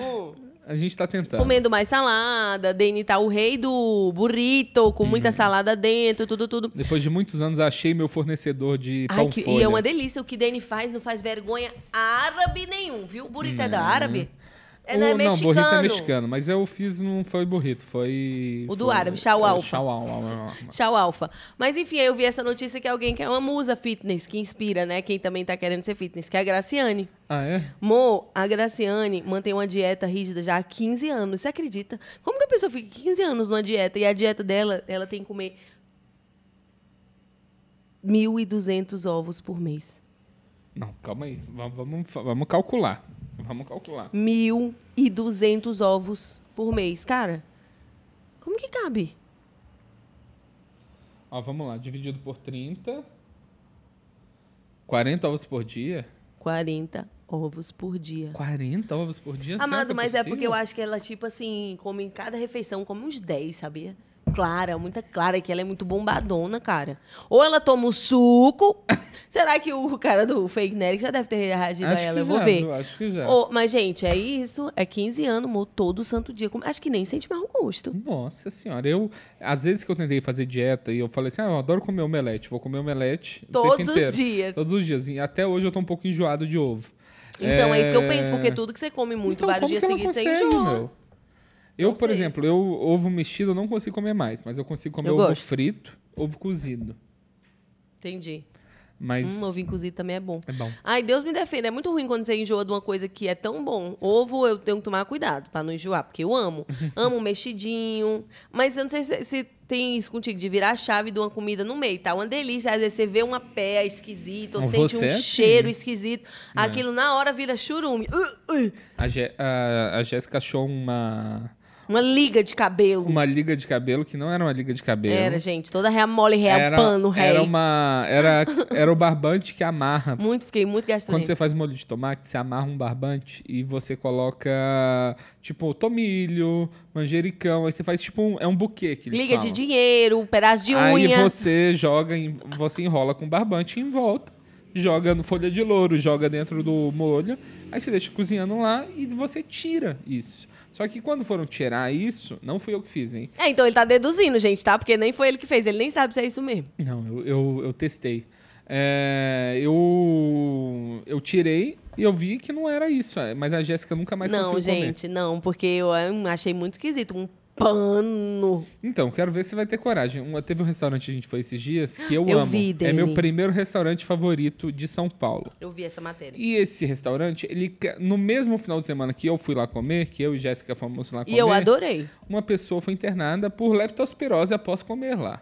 S2: Hum.
S1: a gente tá tentando.
S2: Comendo mais salada, Deni tá o rei do burrito, com muita
S1: Uhum.
S2: salada dentro, tudo, tudo.
S1: Depois de muitos anos, achei meu fornecedor de pão
S2: Ai, que,
S1: folha.
S2: e é uma delícia. O que Dani faz não faz vergonha árabe nenhum, viu? Burrito é da árabe? É, não, é
S1: O- não,
S2: mexicano.
S1: burrito é mexicano, mas eu fiz, não foi burrito, foi...
S2: O do
S1: foi- é,
S2: árabe, shawarma.
S1: shawarma.
S2: Tchau, Alfa. Mas enfim, aí eu vi essa notícia que alguém que é uma musa fitness, que inspira, né? Quem também tá querendo ser fitness, que é a Graciane.
S1: Ah, é?
S2: Mo, a Graciane mantém uma dieta rígida já há 15 anos. Você acredita? Como que a pessoa fica 15 anos numa dieta? E a dieta dela, ela tem que comer 1.200 ovos por mês.
S1: Não, calma aí. va- Vamos, fa- vamos calcular. Vamos calcular.
S2: 1.200 ovos por mês. Cara, como que cabe?
S1: Ó, vamos lá. Dividido por 30. 40 ovos por dia?
S2: 40 ovos por dia.
S1: 40 ovos por dia? Será que
S2: Amado, mas é
S1: possível?
S2: porque eu acho que ela, tipo assim, come em cada refeição, come uns 10, sabia? Clara, muita clara, que ela é muito bombadona, cara. Ou ela toma o suco. Será que o cara do fake nerd já deve ter reagido
S1: Acho
S2: a
S1: que
S2: ela? Eu
S1: já,
S2: vou ver.
S1: viu? Acho que já.
S2: Ou- mas, gente, é isso. É 15 anos, amor, todo santo dia. Como- Acho que nem sente mais o gosto.
S1: Nossa senhora, eu. Às vezes que eu tentei fazer dieta e eu falei assim, ah, eu adoro comer omelete, vou comer omelete. o tempo
S2: Todos os
S1: inteiro.
S2: dias.
S1: Todos os dias. E até hoje eu tô um pouco enjoado de ovo.
S2: Então é... isso que eu
S1: É.
S2: penso, porque tudo que você come muito
S1: Então,
S2: vários
S1: como
S2: dias
S1: que ela
S2: seguidos, você
S1: consegue,
S2: enjoa.
S1: meu? Eu,
S2: Não
S1: por
S2: sei.
S1: exemplo, eu ovo mexido eu não consigo comer mais, mas eu consigo comer
S2: Eu
S1: ovo
S2: gosto.
S1: frito, ovo cozido.
S2: Entendi.
S1: Mas
S2: Hum, ovinho cozido também é bom.
S1: é bom.
S2: Ai, Deus me defenda. É muito ruim quando você enjoa de uma coisa que é tão bom. Ovo, eu tenho que tomar cuidado pra não enjoar, porque eu amo. Amo um mexidinho. Mas eu não sei se, se tem isso contigo, de virar a chave de uma comida no meio, tá? Uma delícia. Às vezes você vê uma pé esquisita, ou
S1: Não,
S2: sente
S1: você
S2: um
S1: é assim. É.
S2: cheiro esquisito. Aquilo na hora vira churume. Uh, uh.
S1: A, Jé- a- a Jéssica achou uma,
S2: Uma liga de cabelo.
S1: uma liga de cabelo que não era uma liga de cabelo.
S2: Era, gente. Toda ré mole, ré pano, ré.
S1: era um uma era era o barbante que amarra
S2: Muito, fiquei muito
S1: Quando
S2: gastronômico.
S1: você faz molho de tomate, você amarra um barbante e você coloca, tipo, tomilho, manjericão. Aí você faz, tipo, um, é um buquê que eles
S2: Liga de
S1: falam.
S2: dinheiro, um pedaço de
S1: Aí
S2: unha.
S1: você joga, em- você enrola com barbante em volta, joga no folha de louro, joga dentro do molho. Aí você deixa cozinhando lá e você tira isso. Só que quando foram tirar isso, não fui eu que fiz, hein?
S2: É, então ele tá deduzindo, gente, tá? Porque nem foi ele que fez, ele nem sabe se é isso mesmo.
S1: Não, eu, eu, eu testei. É, eu, eu tirei e eu vi que não era isso. é, Mas a Jéssica nunca mais
S2: não,
S1: conseguiu comer.
S2: gente, não, porque eu hum, achei muito esquisito. Um pano.
S1: Então, quero ver se vai ter coragem. Um- teve um restaurante que a gente foi esses dias que eu,
S2: Eu
S1: amo.
S2: vi,
S1: é
S2: Dani.
S1: meu primeiro restaurante favorito de São Paulo.
S2: Eu vi essa matéria.
S1: E esse restaurante, ele ca- no mesmo final de semana que eu fui lá comer, que eu e Jéssica fomos lá
S2: E,
S1: comer,
S2: eu adorei.
S1: uma pessoa foi internada por leptospirose após comer lá.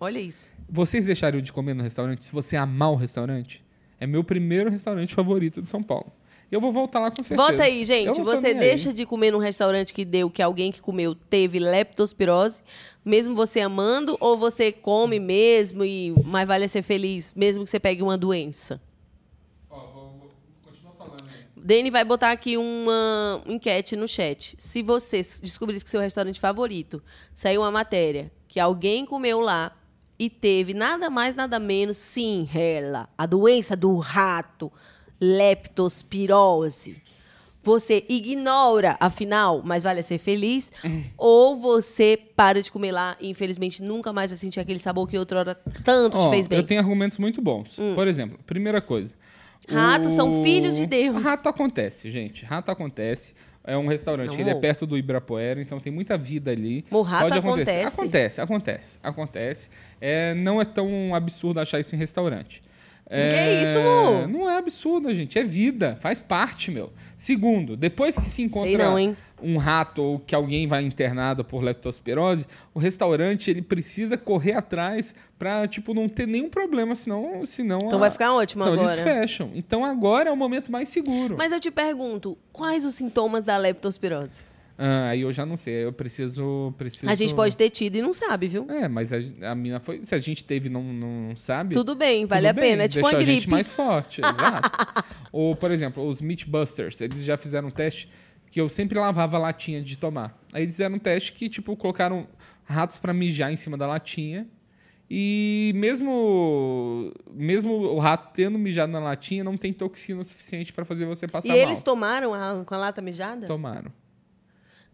S2: Olha isso.
S1: Vocês deixariam de comer no restaurante se você amar o restaurante? É meu primeiro restaurante favorito de São Paulo. Eu vou voltar lá com certeza.
S2: Volta aí,
S1: Eu
S2: gente.
S1: não tô
S2: Você
S1: nem aí.
S2: deixa de comer num restaurante que deu que alguém que comeu teve leptospirose, mesmo você amando, ou você come mesmo e mais vale é ser feliz, mesmo que você pegue uma doença? Dani vai botar aqui uma enquete no chat. Se você s- descobrir que seu restaurante favorito saiu uma matéria que alguém comeu lá e teve nada mais, nada menos, sim, ela, a doença do rato, leptospirose. Você ignora, afinal, mas vale ser feliz, ou você para de comer lá e infelizmente nunca mais vai sentir aquele sabor que outrora tanto
S1: Ó,
S2: te fez bem. Hum.
S1: Eu tenho argumentos muito bons. Por exemplo, primeira coisa.
S2: Ratos são filhos de Deus.
S1: Rato acontece, gente. Rato acontece. É um restaurante,
S2: Não,
S1: ele é
S2: amor.
S1: perto do Ibirapuera, então tem muita vida ali.
S2: Amor, rato
S1: acontecer. Acontece,
S2: acontece?
S1: acontece, acontece. É, não é tão absurdo achar isso em restaurante. É,
S2: isso, amor?
S1: Não é absurdo, gente. É vida, faz parte, meu. Segundo, depois que se encontra
S2: Sei não, hein?
S1: um rato ou que alguém vai internado por leptospirose, o restaurante ele precisa correr atrás pra, tipo não ter nenhum problema, senão, senão
S2: Então
S1: a-
S2: vai ficar ótimo
S1: senão
S2: agora.
S1: eles fecham. Então agora é o momento mais seguro.
S2: Mas eu te pergunto, quais os sintomas da leptospirose?
S1: Ah, aí eu já não sei, eu preciso, preciso.
S2: A gente pode ter tido e não sabe, viu?
S1: É, mas a, a mina foi. Se a gente teve, e não, não, não sabe.
S2: Tudo bem, vale
S1: tudo
S2: a
S1: bem,
S2: pena. É tipo uma
S1: deixa a
S2: gripe.
S1: gente mais forte, exato. Ou, por exemplo, os Meatbusters, eles já fizeram um teste que eu sempre lavava a latinha de tomar. Aí eles fizeram um teste que, tipo, colocaram ratos pra mijar em cima da latinha. E mesmo, mesmo o rato tendo mijado na latinha, não tem toxina suficiente pra fazer você
S2: E
S1: passar mal. Então
S2: eles tomaram a- com a lata mijada?
S1: tomaram.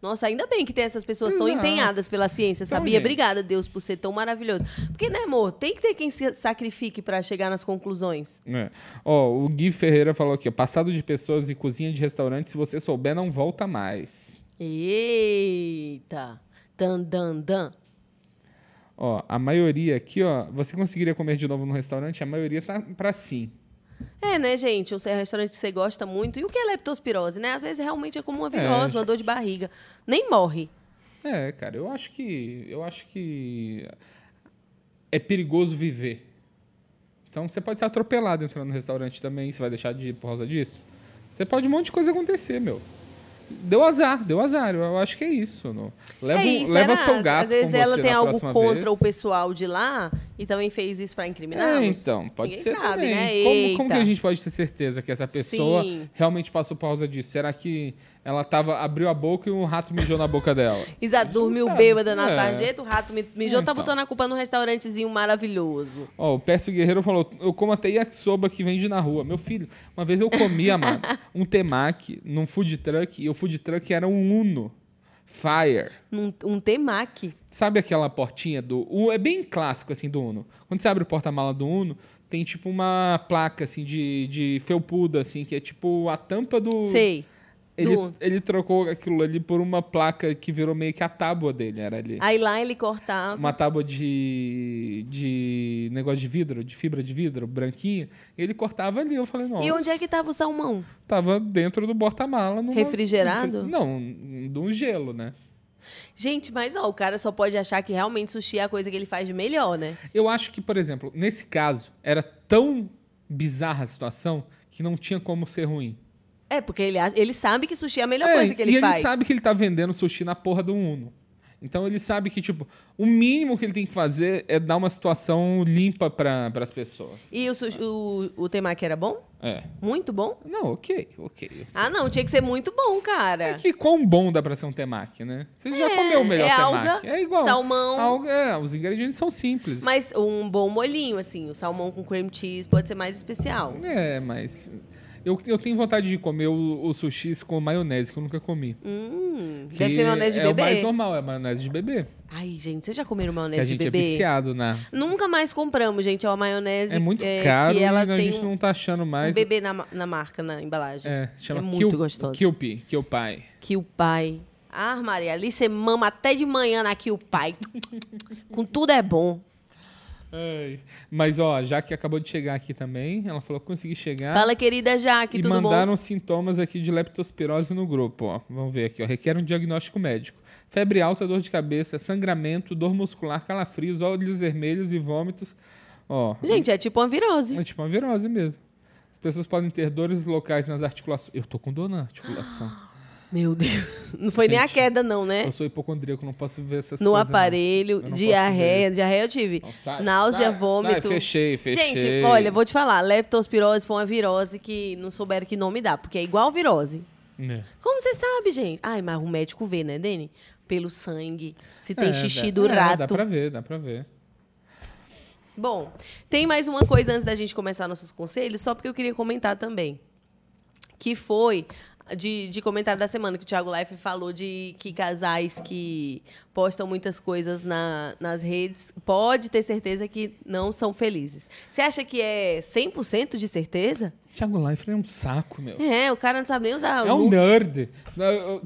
S2: Nossa, ainda bem que tem essas pessoas tão
S1: Exato.
S2: empenhadas pela ciência,
S1: Então,
S2: sabia?
S1: gente.
S2: Obrigada, Deus, por ser tão maravilhoso. Porque, né, amor, tem que ter quem se sacrifique pra chegar nas conclusões.
S1: É. Ó, o Gui Ferreira falou aqui, ó, passado de pessoas e cozinha de restaurante, se você souber, não volta mais.
S2: Eita! Dan, dan, dan.
S1: Ó, a maioria aqui, ó, você conseguiria comer de novo no restaurante? A maioria tá pra sim.
S2: É, né, gente? Um restaurante que você gosta muito. E o que é leptospirose, né? Às vezes realmente é como uma virose,
S1: É.
S2: uma dor de barriga. Nem morre.
S1: É, cara, eu acho que eu acho que é perigoso viver. Então você pode ser atropelado entrando no restaurante também, você vai deixar de ir por causa disso. Você pode um monte de coisa acontecer, meu. Deu azar, deu azar. Eu- Eu acho que é isso. não. Leva,
S2: é
S1: um-
S2: isso,
S1: leva
S2: era-
S1: seu gato
S2: Às vezes
S1: com
S2: ela
S1: você
S2: tem
S1: na
S2: algo
S1: próxima
S2: contra
S1: vez.
S2: o pessoal de lá e também fez isso pra incriminar.
S1: É, então, pode
S2: Ninguém
S1: ser
S2: sabe,
S1: também.
S2: né?
S1: Como, como que a
S2: Eita.
S1: gente pode ter certeza que essa pessoa
S2: Sim.
S1: realmente passou por causa disso? Será que ela tava, abriu a boca e um rato mijou na boca dela?
S2: Isa dormiu
S1: sabe.
S2: bêbada na
S1: É.
S2: sarjeta, o rato mi- mijou, tá
S1: Então.
S2: botando a culpa num restaurantezinho maravilhoso.
S1: Ó, o Pércio Guerreiro falou, eu como até yakisoba que vende na rua. Meu filho, uma vez eu comia, mano, um temaki num food truck e o food truck era um Uno Fire.
S2: Num, um temaki.
S1: Sabe aquela portinha do. o- É bem clássico, assim, do Uno. Quando você abre o porta-mala do Uno, tem tipo uma placa, assim, de, de felpuda, assim, que é tipo a tampa do.
S2: Sei.
S1: Ele,
S2: Do-
S1: ele trocou aquilo ali por uma placa que virou meio que a tábua dele, era ali.
S2: Aí lá ele cortava.
S1: Uma tábua de, de negócio de vidro, de fibra de vidro, branquinha. E ele cortava ali. Eu falei, nossa.
S2: E onde é que tava o salmão?
S1: Tava dentro do porta-mala. numa-
S2: Refrigerado?
S1: Não, de um gelo, né?
S2: Gente, mas ó, o cara só pode achar que realmente sushi é a coisa que ele faz de melhor, né?
S1: Eu acho que, por exemplo, nesse caso, era tão bizarra a situação que não tinha como ser ruim.
S2: É, porque ele, a- ele sabe que sushi é a melhor
S1: É,
S2: coisa que ele
S1: e
S2: faz.
S1: ele sabe que ele tá vendendo sushi na porra do Uno. Então ele sabe que, tipo, o mínimo que ele tem que fazer é dar uma situação limpa para as pessoas.
S2: E o, sushi- o, o temaki era bom?
S1: É.
S2: Muito bom?
S1: Não, ok, ok.
S2: Ah, não, tinha que ser muito bom, cara.
S1: É que quão bom dá pra ser um temaki, né? Você já comeu o melhor
S2: é
S1: temaki.
S2: alga,
S1: é igual.
S2: salmão.
S1: Alga, é, os ingredientes são simples.
S2: Mas um bom molhinho, assim, o salmão com cream cheese pode ser mais especial.
S1: É, mas... Eu, eu tenho vontade de comer o, o sushis com maionese, que eu nunca comi.
S2: Hum,
S1: Que
S2: deve ser maionese de
S1: É o
S2: bebê.
S1: mais normal, é maionese de bebê.
S2: Ai, gente, vocês já comeram
S1: que a
S2: maionese de
S1: gente é
S2: bebê?
S1: viciado na...
S2: Nunca mais compramos, gente. É uma maionese
S1: É muito
S2: é,
S1: caro
S2: que ela
S1: e a
S2: tem
S1: gente
S2: um
S1: não tá achando mais.
S2: bebê na, ma- na marca, na embalagem.
S1: É, se chama
S2: É muito
S1: Kill-
S2: gostosa.
S1: Kewpie, Kewpie.
S2: Que o pai. Ah, Maria, ali você mama até de manhã na que o pai. com tudo é bom.
S1: Ai. Mas, ó, já que acabou de chegar aqui também, ela falou que consegui chegar.
S2: Fala, querida Jaque,
S1: Tá? e
S2: tudo
S1: mandaram sintomas aqui de leptospirose no grupo, ó. Vamos ver aqui, ó. Requer um diagnóstico médico. Febre alta, dor de cabeça, sangramento, dor muscular, calafrios, olhos vermelhos e vômitos. Ó,
S2: bom? Gente, é tipo uma virose.
S1: é tipo uma virose mesmo. As pessoas podem ter dores locais nas articulações. Eu tô com dor na articulação.
S2: Meu Deus. Não foi nem a
S1: Gente,
S2: queda, não, né?
S1: Eu sou hipocondríaco, não posso ver essas
S2: No
S1: coisas. não.
S2: aparelho,
S1: Eu não posso
S2: diarreia. Diarreia eu tive.
S1: Não, sai,
S2: Náusea,
S1: sai, sai,
S2: vômito.
S1: fechei, fechei.
S2: Gente, olha, vou te falar. Leptospirose foi uma virose que não souberam que nome dá, porque é igual virose.
S1: É.
S2: Como você sabe, gente? Ai, mas o médico vê, né, Dene? Pelo sangue, se tem
S1: É,
S2: xixi
S1: dá-
S2: do
S1: é,
S2: rato.
S1: Dá pra ver, dá pra ver.
S2: Bom, tem mais uma coisa antes da gente começar nossos conselhos, só porque eu queria comentar também. Que foi de, de comentário da semana, que o Thiago Life falou de que casais que postam muitas coisas na- nas redes, pode ter certeza que não são felizes. Você acha que é 100% de certeza?
S1: Thiago Leifert é um saco, meu.
S2: É, o cara não sabe nem usar.
S1: É um
S2: o...
S1: nerd.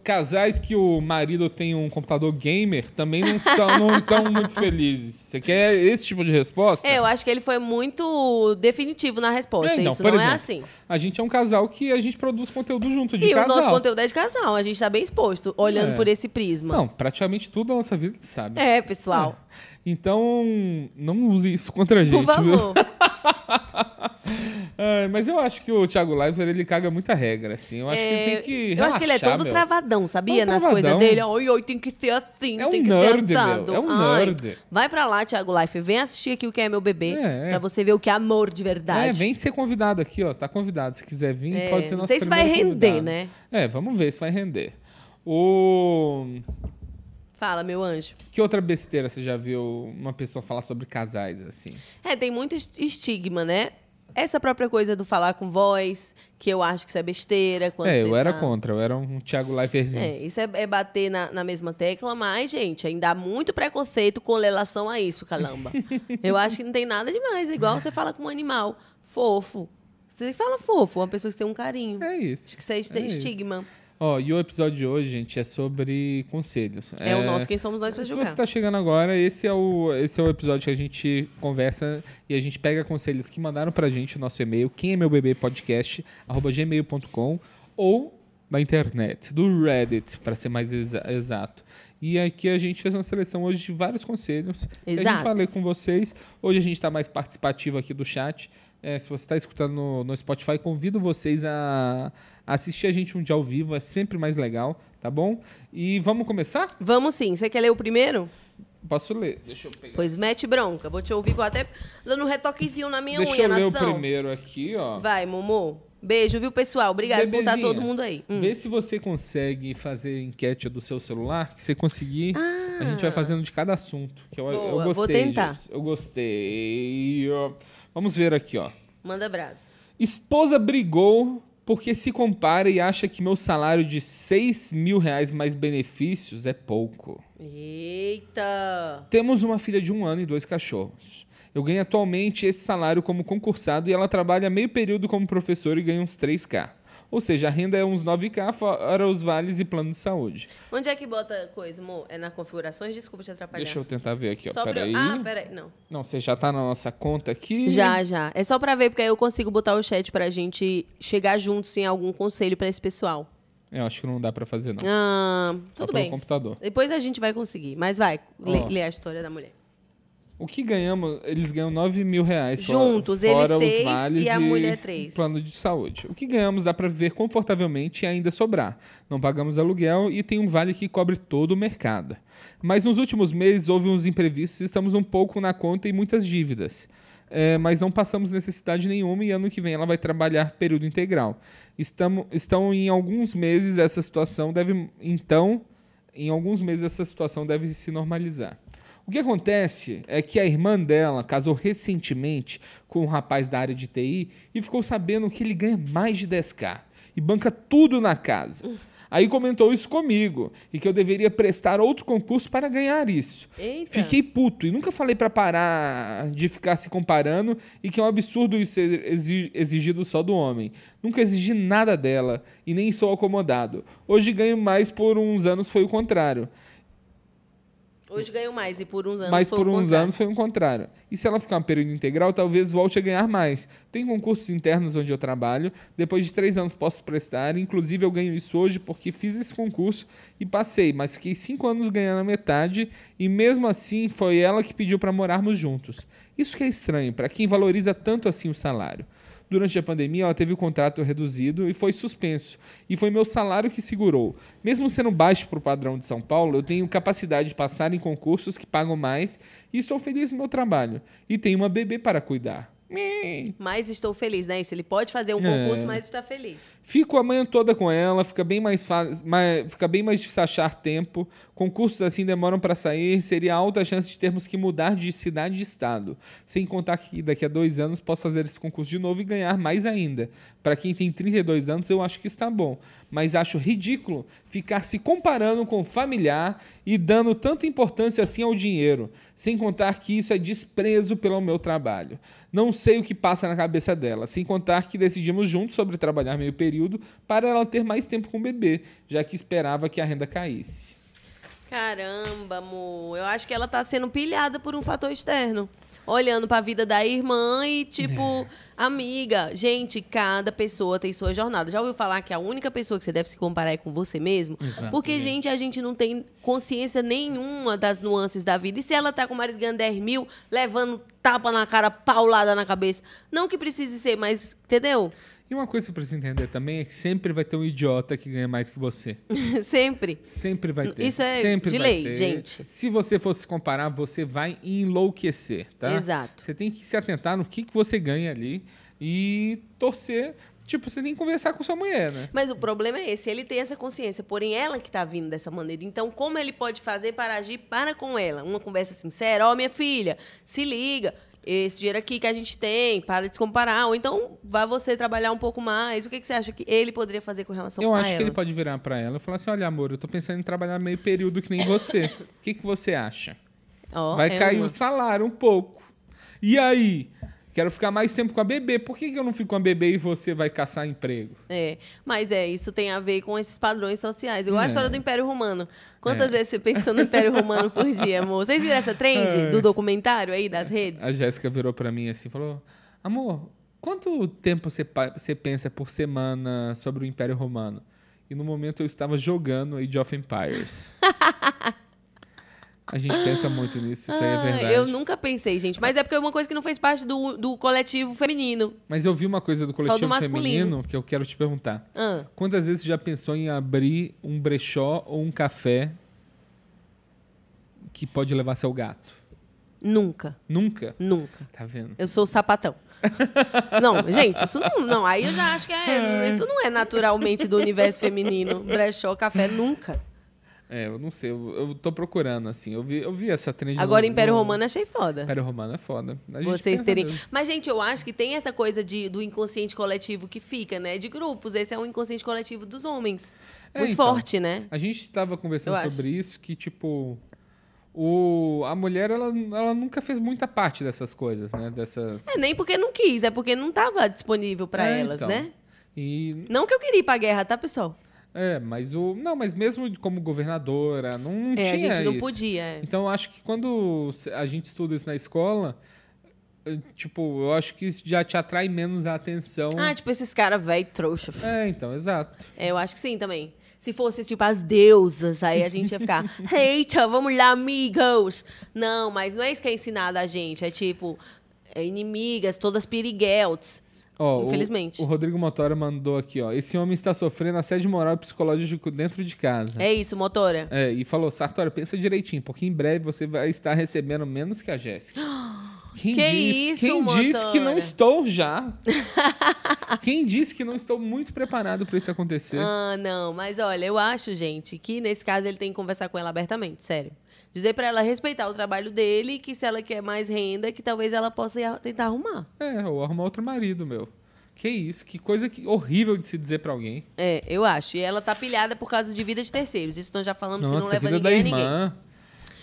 S1: Casais que o marido tem um computador gamer também não estão não tão muito felizes. Você quer esse tipo de resposta?
S2: É, eu acho que ele foi muito definitivo na resposta.
S1: É, então,
S2: Isso
S1: por
S2: não
S1: exemplo,
S2: é assim.
S1: A gente é um casal que a gente produz conteúdo junto, de
S2: E
S1: casal.
S2: o nosso conteúdo é de casal, a gente tá bem exposto, olhando
S1: É.
S2: por esse prisma.
S1: Não, praticamente tudo da nossa vida ele sabe.
S2: É, pessoal.
S1: Então, não use isso contra a gente,
S2: Por
S1: viu?
S2: favor.
S1: É, mas eu acho que o Thiago Leifert, ele caga muita regra, assim. Eu acho que ele
S2: É,
S1: tem que
S2: eu acho que ele é
S1: relaxar,
S2: todo
S1: meu.
S2: travadão, sabia?
S1: É um
S2: Nas
S1: travadão.
S2: coisas dele. Oi, oi, tem que ser assim,
S1: É um
S2: tem que
S1: nerd, meu,
S2: ser dado.
S1: é um
S2: Ai,
S1: nerd.
S2: Vai pra lá, Thiago Life. Vem assistir aqui o que é meu bebê.
S1: É, é.
S2: Pra você ver o que é amor de
S1: É,
S2: verdade.
S1: vem ser convidado aqui, ó. Tá convidado. Se quiser vir,
S2: É,
S1: pode ser
S2: não
S1: nosso
S2: sei se vai
S1: primeiro
S2: render,
S1: convidado.
S2: né?
S1: É, vamos ver se vai render. O...
S2: Fala, meu anjo.
S1: Que outra besteira você já viu uma pessoa falar sobre casais, assim?
S2: É, tem muito est- estigma, né? Essa própria coisa do falar com voz, que eu acho que isso é besteira. Quando
S1: é,
S2: você
S1: eu era
S2: tá-
S1: contra. Eu era um Thiago Leifertzinho.
S2: É, isso é, é bater na, na mesma tecla, mas, gente, ainda há muito preconceito com relação a isso, calamba. Eu acho que não tem nada demais. É igual você fala com um animal fofo. Você fala fofo, uma pessoa que tem um carinho.
S1: É isso.
S2: Acho que isso é, este-
S1: É isso.
S2: estigma.
S1: Ó, e o episódio de hoje, gente, é sobre conselhos.
S2: É, o nosso, quem somos nós pra
S1: Se
S2: julgar.
S1: você tá chegando agora, esse é, o, esse é o episódio que a gente conversa e a gente pega conselhos que mandaram pra gente o nosso e-mail, quem é meu bebê podcast, arroba gmail.com ou da internet, do Reddit, pra ser mais exa- exato. E aqui a gente fez uma seleção hoje de vários conselhos. que A gente
S2: Exato.
S1: falei com vocês. Hoje a gente está mais participativo aqui do chat. É, se você está escutando no, no Spotify, convido vocês a assistir a gente um dia ao vivo. É sempre mais legal, tá bom? E vamos começar?
S2: Vamos sim. Você quer ler o primeiro?
S1: Posso ler? Deixa eu pegar.
S2: Pois mete bronca. Vou te ouvir, vou até dando um retoquezinho na minha
S1: Deixa
S2: unha,
S1: eu ler o
S2: nação.
S1: primeiro aqui, ó.
S2: Vai, Momô. Beijo, viu, pessoal? Obrigada por estar
S1: Bebezinha,
S2: todo mundo aí. Hum.
S1: Vê se você consegue fazer enquete do seu celular, que você conseguir, a gente vai fazendo de cada assunto. Que eu, eu
S2: Ah. Boa,
S1: gostei.
S2: vou tentar.
S1: disso. Eu gostei. ó. Vamos ver aqui, ó.
S2: Manda brasa.
S1: Esposa brigou porque se compara e acha que meu salário de 6 mil reais mais benefícios é pouco.
S2: Eita!
S1: Temos uma filha de um ano e dois cachorros. Eu ganho atualmente esse salário como concursado e ela trabalha meio período como professora e ganha uns 3K. Ou seja, a renda é uns 9K fora os vales e plano de saúde.
S2: Onde é que bota coisa, amor? É na configurações? Desculpa te atrapalhar.
S1: Deixa eu tentar ver aqui, ó.
S2: Só pra
S1: Peraí.
S2: eu... Ah, peraí. Não.
S1: Não, você já tá na nossa conta aqui.
S2: Já, já. É só pra ver, porque aí eu consigo botar o chat pra gente chegar juntos em algum conselho pra esse pessoal.
S1: Eu acho que não dá pra fazer, não.
S2: Ah,
S1: Só
S2: tudo
S1: pelo
S2: bem.
S1: computador.
S2: Depois a gente vai conseguir. Mas vai, lê,
S1: Ó.
S2: lê a história da mulher.
S1: O que ganhamos, eles ganham 9 mil reais. fora-
S2: Juntos, ele
S1: fora os
S2: seis
S1: vales
S2: e a mulher três.
S1: Plano de saúde. O que ganhamos dá pra viver confortavelmente e ainda sobrar. Não pagamos aluguel e tem um vale que cobre todo o mercado. Mas nos últimos meses houve uns imprevistos, estamos um pouco na conta e muitas dívidas. É, mas não passamos necessidade nenhuma e ano que vem ela vai trabalhar período integral. Estamos, estão em alguns meses essa situação deve então em alguns meses essa situação deve se normalizar. O que acontece é que a irmã dela casou recentemente com um rapaz da área de TI e ficou sabendo que ele ganha mais de 10k e banca tudo na casa. Aí comentou isso comigo e que eu deveria prestar outro concurso para ganhar isso.
S2: Eita.
S1: Fiquei puto e nunca falei pra parar de ficar se comparando e que é um absurdo isso ser exi- exigido só do homem. Nunca exigi nada dela e nem sou acomodado. Hoje ganho mais por uns anos foi o contrário.
S2: Hoje ganho mais e por uns anos
S1: mas
S2: foi
S1: por
S2: o
S1: uns
S2: contrário.
S1: anos foi o contrário. E se ela ficar um período integral, talvez volte a ganhar mais. Tem concursos internos onde eu trabalho. Depois de três anos posso prestar. Inclusive eu ganho isso hoje porque fiz esse concurso e passei. Mas fiquei cinco anos ganhando a metade e mesmo assim foi ela que pediu para morarmos juntos. Isso que é estranho para quem valoriza tanto assim o salário. Durante a pandemia, ela teve o contrato reduzido e foi suspenso. E foi meu salário que segurou. Mesmo sendo baixo para o padrão de São Paulo, eu tenho capacidade de passar em concursos que pagam mais e estou feliz no meu trabalho. E tenho uma bebê para cuidar. Mim.
S2: Mas estou feliz, né? Isso, ele pode fazer um
S1: É.
S2: concurso, mas está feliz.
S1: Fico a manhã toda com ela, fica bem mais, fa- mai- fica bem mais difícil achar tempo. Concursos assim demoram para sair, seria alta a chance de termos que mudar de cidade e de estado. Sem contar que daqui a dois anos posso fazer esse concurso de novo e ganhar mais ainda. Para quem tem 32 anos, eu acho que está bom. Mas acho ridículo ficar se comparando com o familiar e dando tanta importância assim ao dinheiro. Sem contar que isso é desprezo pelo meu trabalho. Não sei o que passa na cabeça dela. Sem contar que decidimos juntos sobre trabalhar meio período para ela ter mais tempo com o bebê, já que esperava que a renda caísse.
S2: Caramba, amor. Eu acho que ela tá sendo pilhada por um fator externo. Olhando pra vida da irmã e, tipo, amiga. Gente, cada pessoa tem sua jornada. Já ouviu falar que a única pessoa que você deve se comparar é com você mesmo?
S1: Exatamente.
S2: Porque, gente, a gente não tem consciência nenhuma das nuances da vida. E se ela tá com o marido ganhando 10 mil, levando tapa na cara, paulada na cabeça? Não que precise ser, mas, entendeu?
S1: E uma coisa que você precisa entender também é que sempre vai ter um idiota que ganha mais que você.
S2: Sempre.
S1: Sempre vai ter.
S2: Isso é
S1: Sempre
S2: de
S1: vai
S2: lei,
S1: ter.
S2: gente.
S1: Se você fosse comparar, você vai enlouquecer, tá?
S2: Exato.
S1: Você tem que se atentar no que, que você ganha ali e torcer. Tipo, você tem que conversar com sua mulher, né?
S2: Mas o problema é esse, ele tem essa consciência, porém ela que tá vindo dessa maneira. Então, como ele pode fazer para agir para com ela? Uma conversa sincera, ó, minha filha, se liga, esse dinheiro aqui que a gente tem, para de se comparar. Ou então, vá você trabalhar um pouco mais. O que, que você acha que ele poderia fazer com relação
S1: eu
S2: a
S1: acho
S2: ela?
S1: que ele pode virar pra ela e falar assim: olha, amor, eu tô pensando em trabalhar meio período que nem você. O que, que você acha?
S2: Ó,
S1: Vai
S2: é
S1: cair
S2: uma.
S1: o salário um pouco. E aí? Quero ficar mais tempo com a bebê. Por que, que eu não fico com a bebê e você vai caçar emprego?
S2: É, mas é, isso tem a ver com esses padrões sociais. Igual
S1: É.
S2: a história do Império Romano. Quantas vezes você pensou no Império Romano por dia, amor? Vocês viram essa trend do documentário aí das redes?
S1: A Jéssica virou pra mim assim e falou: Amor, quanto tempo você, pa- você pensa por semana sobre o Império Romano? E no momento eu estava jogando Age of Empires. a gente pensa muito nisso, isso aí é
S2: Ah,
S1: verdade.
S2: Eu nunca pensei, gente. Mas é porque é uma coisa que não fez parte do, do coletivo feminino.
S1: Mas eu vi uma coisa do coletivo
S2: masculino.
S1: feminino que eu quero te perguntar.
S2: Ah,
S1: Quantas vezes você já pensou em abrir um brechó ou um café que pode levar seu gato?
S2: nunca,
S1: Nunca?
S2: nunca.
S1: Tá vendo?
S2: Eu sou sapatão. Não, gente, isso não, não. Aí eu já acho que é, isso não é naturalmente do universo feminino. Brechó, café, nunca.
S1: É, eu não sei, eu, eu tô procurando, assim. Eu vi, eu vi essa trend.
S2: Agora,
S1: no-
S2: Império
S1: no-
S2: Romano achei foda.
S1: Império Romano é foda. A gente
S2: Vocês
S1: pensa
S2: terem.
S1: mesmo.
S2: Mas, gente, eu acho que tem essa coisa de, do inconsciente coletivo que fica, né? De grupos. Esse é um inconsciente coletivo dos homens.
S1: É,
S2: Muito
S1: então.
S2: forte, né?
S1: A gente tava conversando
S2: Eu
S1: sobre isso, que, tipo, o, a mulher, ela, ela nunca fez muita parte dessas coisas, né? Dessas.
S2: É, nem porque não quis, é porque não tava disponível pra
S1: É,
S2: elas,
S1: então.
S2: né?
S1: E.
S2: Não que eu queria ir pra guerra, tá, pessoal?
S1: É, mas o. Não, mas mesmo como governadora, não, não
S2: É,
S1: tinha.
S2: a gente não
S1: isso.
S2: podia. é.
S1: Então, eu acho que quando se- a gente estuda isso na escola, eh, tipo, eu acho que isso já te atrai menos a atenção.
S2: Ah, tipo, esses caras velho trouxa.
S1: É, então, exato.
S2: É, eu acho que sim também. Se fosse, tipo, as deusas, aí a gente ia ficar, eita, vamos lá, amigos. Não, mas não é isso que é ensinado a gente. É tipo, é inimigas, todas pirigueltes.
S1: Ó, o-
S2: Infelizmente.
S1: O, Rodrigo Motora mandou aqui, ó. Esse homem está sofrendo assédio moral e psicológico dentro de casa.
S2: É isso, motora.
S1: É, e falou, Sartório, pensa direitinho, porque em breve você vai estar recebendo menos que a Jéssica. Quem
S2: Que
S1: diz,
S2: isso,
S1: Quem diz que não
S2: Motora?
S1: estou já? quem disse que não estou muito preparado para isso acontecer?
S2: Ah, não, mas olha, eu acho, gente, que nesse caso ele tem que conversar com ela abertamente, sério. Dizer pra ela respeitar o trabalho dele e que se ela quer mais renda, que talvez ela possa ir a- tentar arrumar.
S1: É, ou arrumar outro marido, meu. Que isso, que coisa que- horrível de se dizer para alguém.
S2: É, eu acho. E ela tá pilhada por causa de vida de terceiros. Isso nós já falamos que não
S1: Nossa, a
S2: leva
S1: vida
S2: ninguém
S1: da
S2: a ninguém.
S1: irmã.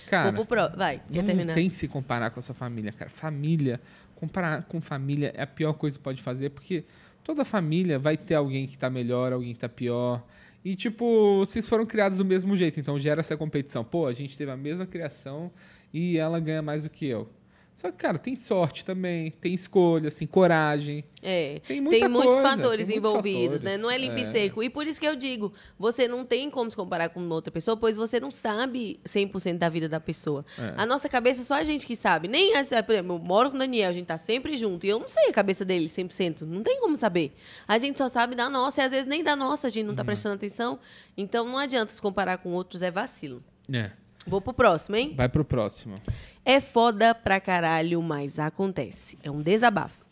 S1: Cara,
S2: Vou pro pro- Vai, quer
S1: não
S2: terminar?
S1: tem que se comparar com a sua família, cara. Família, comparar com família é a pior coisa que pode fazer, porque toda família vai ter alguém que tá melhor, alguém que tá pior. E, tipo, vocês foram criados do mesmo jeito, então gera essa competição. Pô, a gente teve a mesma criação e ela ganha mais do que eu. Só que, cara, tem sorte também, tem escolha, tem coragem.
S2: É.
S1: Tem
S2: Tem,
S1: muita
S2: muitos
S1: coisa,
S2: fatores
S1: tem muitos
S2: envolvidos,
S1: fatores,
S2: né? Não é limpo
S1: é.
S2: e seco. E por isso que eu digo, você não tem como se comparar com outra pessoa, pois você não sabe 100% da vida da pessoa.
S1: É.
S2: A nossa cabeça só a gente que sabe. Nem essa, por exemplo, eu moro com o Daniel, a gente tá sempre junto, e eu não sei a cabeça dele 100%, não tem como saber. A gente só sabe da nossa, e às vezes nem da nossa a gente não
S1: Uhum.
S2: tá prestando atenção. Então não adianta se comparar com outros, é vacilo.
S1: É.
S2: Vou pro próximo, hein?
S1: Vai pro próximo.
S2: É foda pra caralho, mas acontece. É um desabafo.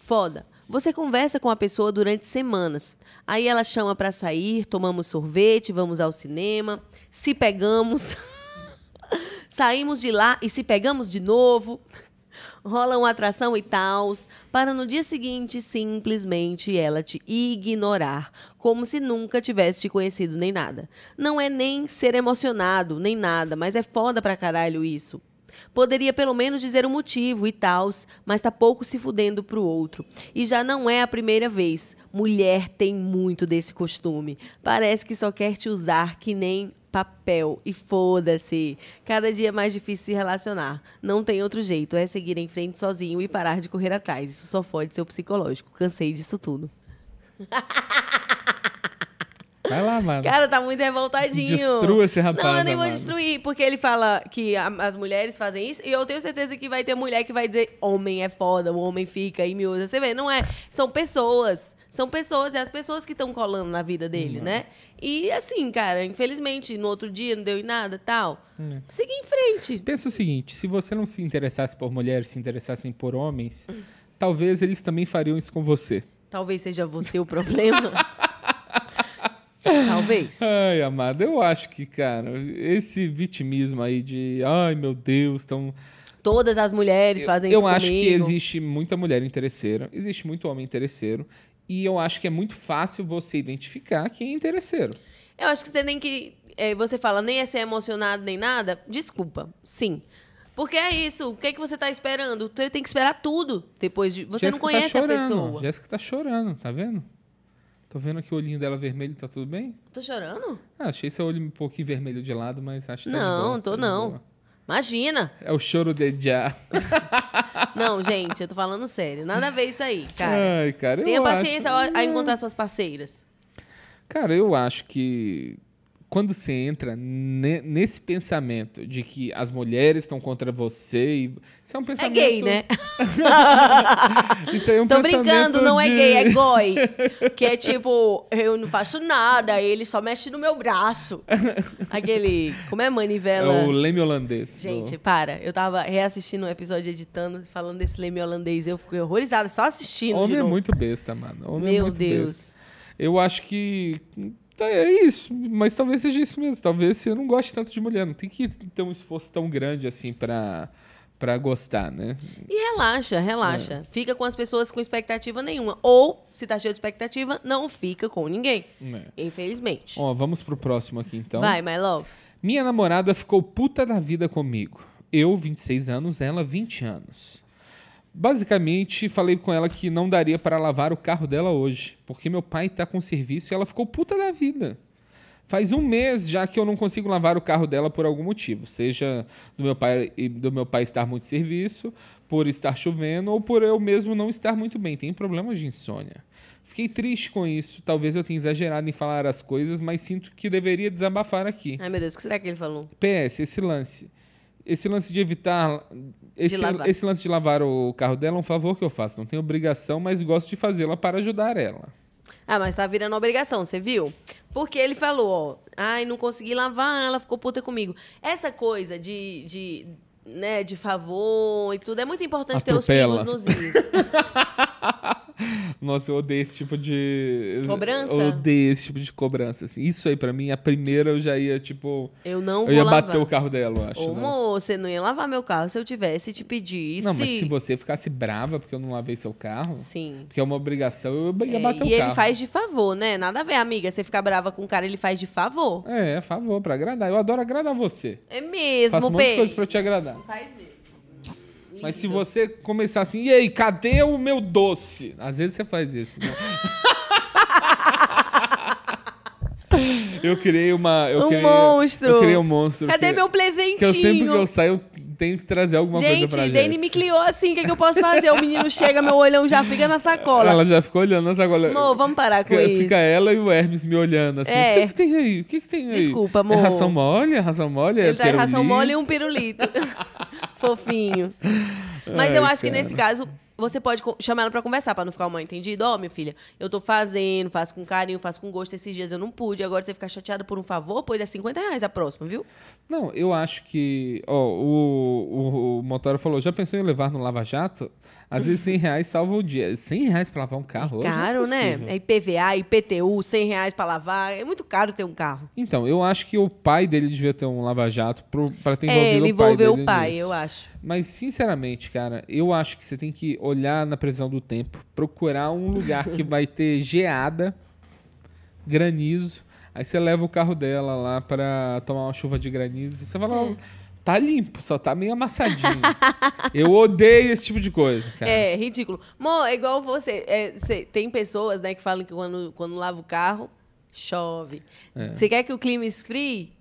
S2: Foda, Você conversa com a pessoa durante semanas. Aí ela chama pra sair, tomamos sorvete, vamos ao cinema, se pegamos. Saímos de lá e se pegamos de novo. Rola uma atração e tals, para no dia seguinte simplesmente ela te ignorar, como se nunca tivesse te conhecido nem nada. Não é nem ser emocionado, nem nada, mas é foda pra caralho isso. Poderia pelo menos dizer o motivo e tals, mas tá pouco se fudendo pro outro. E já não é a primeira vez. Mulher tem muito desse costume. Parece que só quer te usar que nem papel e foda-se. Cada dia é mais difícil se relacionar. Não tem outro jeito, é seguir em frente sozinho e parar de correr atrás. Isso só fode seu psicológico. Cansei disso tudo.
S1: Vai lá, mano.
S2: Cara, tá muito revoltadinho.
S1: Destrua esse rapaz,
S2: Não, eu nem vou
S1: amado.
S2: destruir, porque ele fala que a- as mulheres fazem isso, e eu tenho certeza que vai ter mulher que vai dizer homem é foda, o homem fica e me usa. Você vê, não é. São pessoas. São pessoas, é as pessoas que estão colando na vida
S1: Uhum.
S2: dele, né? E assim, cara, infelizmente, no outro dia não deu em nada tal.
S1: Hum.
S2: Siga em frente.
S1: Pensa o seguinte, se você não se interessasse por mulheres, se interessassem por homens, talvez eles também fariam isso com você.
S2: Talvez seja você o problema. Talvez.
S1: Ai, amado, eu acho que, cara, esse vitimismo aí de, ai, meu Deus, tão...
S2: Todas as mulheres fazem
S1: eu
S2: isso
S1: acho que
S2: comigo.
S1: existe muita mulher interesseira, existe muito homem interesseiro, e eu acho que é muito fácil você identificar quem é interesseiro.
S2: Eu acho que você tem que. eh, você fala, nem é ser emocionado nem nada. Desculpa, sim. Porque é isso. O que é que você tá esperando? Você tem que esperar tudo depois de. Você não
S1: Jéssica
S2: conhece
S1: tá
S2: a
S1: chorando,
S2: pessoa.
S1: Jéssica tá chorando, tá vendo? Tô vendo que o olhinho dela vermelho, tá tudo bem?
S2: Tô chorando?
S1: Ah, achei seu olho um pouquinho vermelho de lado, mas acho que tá de
S2: Não,
S1: boa,
S2: tô
S1: tá de
S2: não.
S1: boa.
S2: Imagina!
S1: É o choro de já.
S2: Não, gente, eu tô falando sério. Nada a ver isso aí, cara.
S1: Ai, cara, É, eu
S2: Tenha
S1: acho-
S2: paciência ao- a encontrar suas parceiras.
S1: Cara, eu acho que quando você entra ne- nesse pensamento de que as mulheres estão contra você, e... isso é um
S2: É
S1: pensamento.
S2: gay, né?
S1: Isso aí é um
S2: Tô
S1: pensamento
S2: brincando, não é
S1: de-
S2: gay, é goi. Que é tipo, eu não faço nada, ele só mexe no meu braço. Aquele. Como é
S1: É
S2: manivela?
S1: o leme holandês. do-
S2: Gente, é para. Eu tava reassistindo um episódio editando, falando desse leme holandês. Eu fiquei horrorizada só assistindo. de
S1: Homem é
S2: novo.
S1: muito besta, mano. Homem é
S2: Meu
S1: muito
S2: Deus.
S1: besta. Eu acho que. tá, É isso, mas talvez seja isso mesmo. Talvez você não goste tanto de mulher. Não tem que ter um esforço tão grande assim pra, pra gostar, né?
S2: E relaxa,
S1: É.
S2: relaxa. Fica com as pessoas com expectativa nenhuma. Ou, se tá cheio de expectativa, não fica com ninguém.
S1: É.
S2: Infelizmente.
S1: Ó, vamos pro próximo aqui então.
S2: Vai, my love.
S1: Minha namorada ficou puta da vida comigo. Eu, 26 anos, ela, 20 anos. Basicamente, falei com ela que não daria para lavar o carro dela hoje, porque meu pai tá com serviço e ela ficou puta da vida. Faz um mês já que eu não consigo lavar o carro dela por algum motivo, seja do meu pai do meu pai estar muito serviço, por estar chovendo ou por eu mesmo não estar muito bem. Tenho problemas de insônia. Fiquei triste com isso. Talvez eu tenha exagerado em falar as coisas, mas sinto que deveria desabafar aqui.
S2: Ai, meu Deus, o que será que ele falou?
S1: PS, esse lance. Esse lance de evitar. Esse,
S2: lavar.
S1: esse lance de lavar o carro dela é um favor que eu faço. Não tenho obrigação, mas gosto de fazê-la para ajudar ela.
S2: Ah, mas tá virando obrigação, você viu? Porque ele falou, ó, ai, não consegui lavar, ela ficou puta comigo. Essa coisa de, de, né, de favor e tudo, é muito importante
S1: Atropela.
S2: ter os pingos nos is.
S1: Nossa, eu odeio esse tipo de.
S2: Cobrança?
S1: Eu odeio esse tipo de cobrança. assim. Isso aí, pra mim, a primeira eu já ia, tipo.
S2: Eu não
S1: Eu
S2: vou
S1: ia
S2: lavar.
S1: bater o carro dela, eu acho.
S2: Ô,
S1: né?
S2: amor, você não ia lavar meu carro se eu tivesse te pedir.
S1: Não, mas se você ficasse brava porque eu não lavei seu carro,
S2: Sim.
S1: porque é uma obrigação, eu ia
S2: É,
S1: bater o
S2: e ele
S1: carro.
S2: faz de favor, né? Nada a ver, amiga. Você ficar brava com o cara, ele faz de favor.
S1: É, a favor, pra agradar. Eu adoro agradar você.
S2: É mesmo,
S1: Faço um monte de
S2: bem.
S1: coisa pra te agradar.
S2: Faz mesmo.
S1: Mas se você começar assim, e aí, cadê o meu doce? Às vezes você faz isso. né? eu criei uma. Eu
S2: Um
S1: criei,
S2: monstro.
S1: Eu criei um monstro.
S2: Cadê
S1: que,
S2: meu
S1: Que eu sempre que
S2: presentinho?
S1: eu saio, eu tenho que trazer alguma coisa
S2: Gente,
S1: pra
S2: Dani me criou assim, o que, é que eu posso fazer? O menino chega, meu olhão já fica na sacola.
S1: Ela já ficou olhando essa agora.
S2: Amor, vamos parar com
S1: Fica
S2: isso.
S1: fica ela e o Hermes me olhando assim.
S2: É.
S1: O que, que tem aí? O que, que tem aí?
S2: Desculpa, amor.
S1: É ração mole? É ração mole? é
S2: Ele traz ração
S1: pirulito?
S2: mole e um pirulito. Fofinho. Mas
S1: Ai,
S2: eu acho que
S1: cara.
S2: nesse caso, Você pode co- chamar ela pra conversar, pra não ficar mal entendido. Ó, minha filha, eu tô fazendo, faço com carinho, faço com gosto. Esses dias eu não pude. Agora você ficar chateada por um favor, pois é 50 reais a próxima, viu?
S1: Não, eu acho que. Ó, o, o, o Motório falou: já pensou em levar no Lava Jato? Às vezes 100 reais salva o dia. 100 reais pra lavar um carro hoje?
S2: caro,
S1: é
S2: né?
S1: impossível.
S2: É IPVA, IPTU, 100 reais pra lavar. É muito caro ter um carro.
S1: Então, eu acho que o pai dele devia ter um Lava Jato pro, pra ter envolvido
S2: é, ele
S1: o pai.
S2: envolveu
S1: dele
S2: o pai,
S1: nisso.
S2: eu acho.
S1: Mas, sinceramente, cara, eu acho que você tem que olhar na previsão do tempo, procurar um lugar que vai ter geada, granizo. Aí você leva o carro dela lá pra tomar uma chuva de granizo. Você fala,
S2: É.
S1: "Ó, tá limpo, só tá meio amassadinho. eu odeio esse tipo de coisa, cara.
S2: É, ridículo. Mô, é igual você, é, você- Tem pessoas, né, que falam que quando, quando lava o carro, chove.
S1: É.
S2: Você quer que o clima esfrie?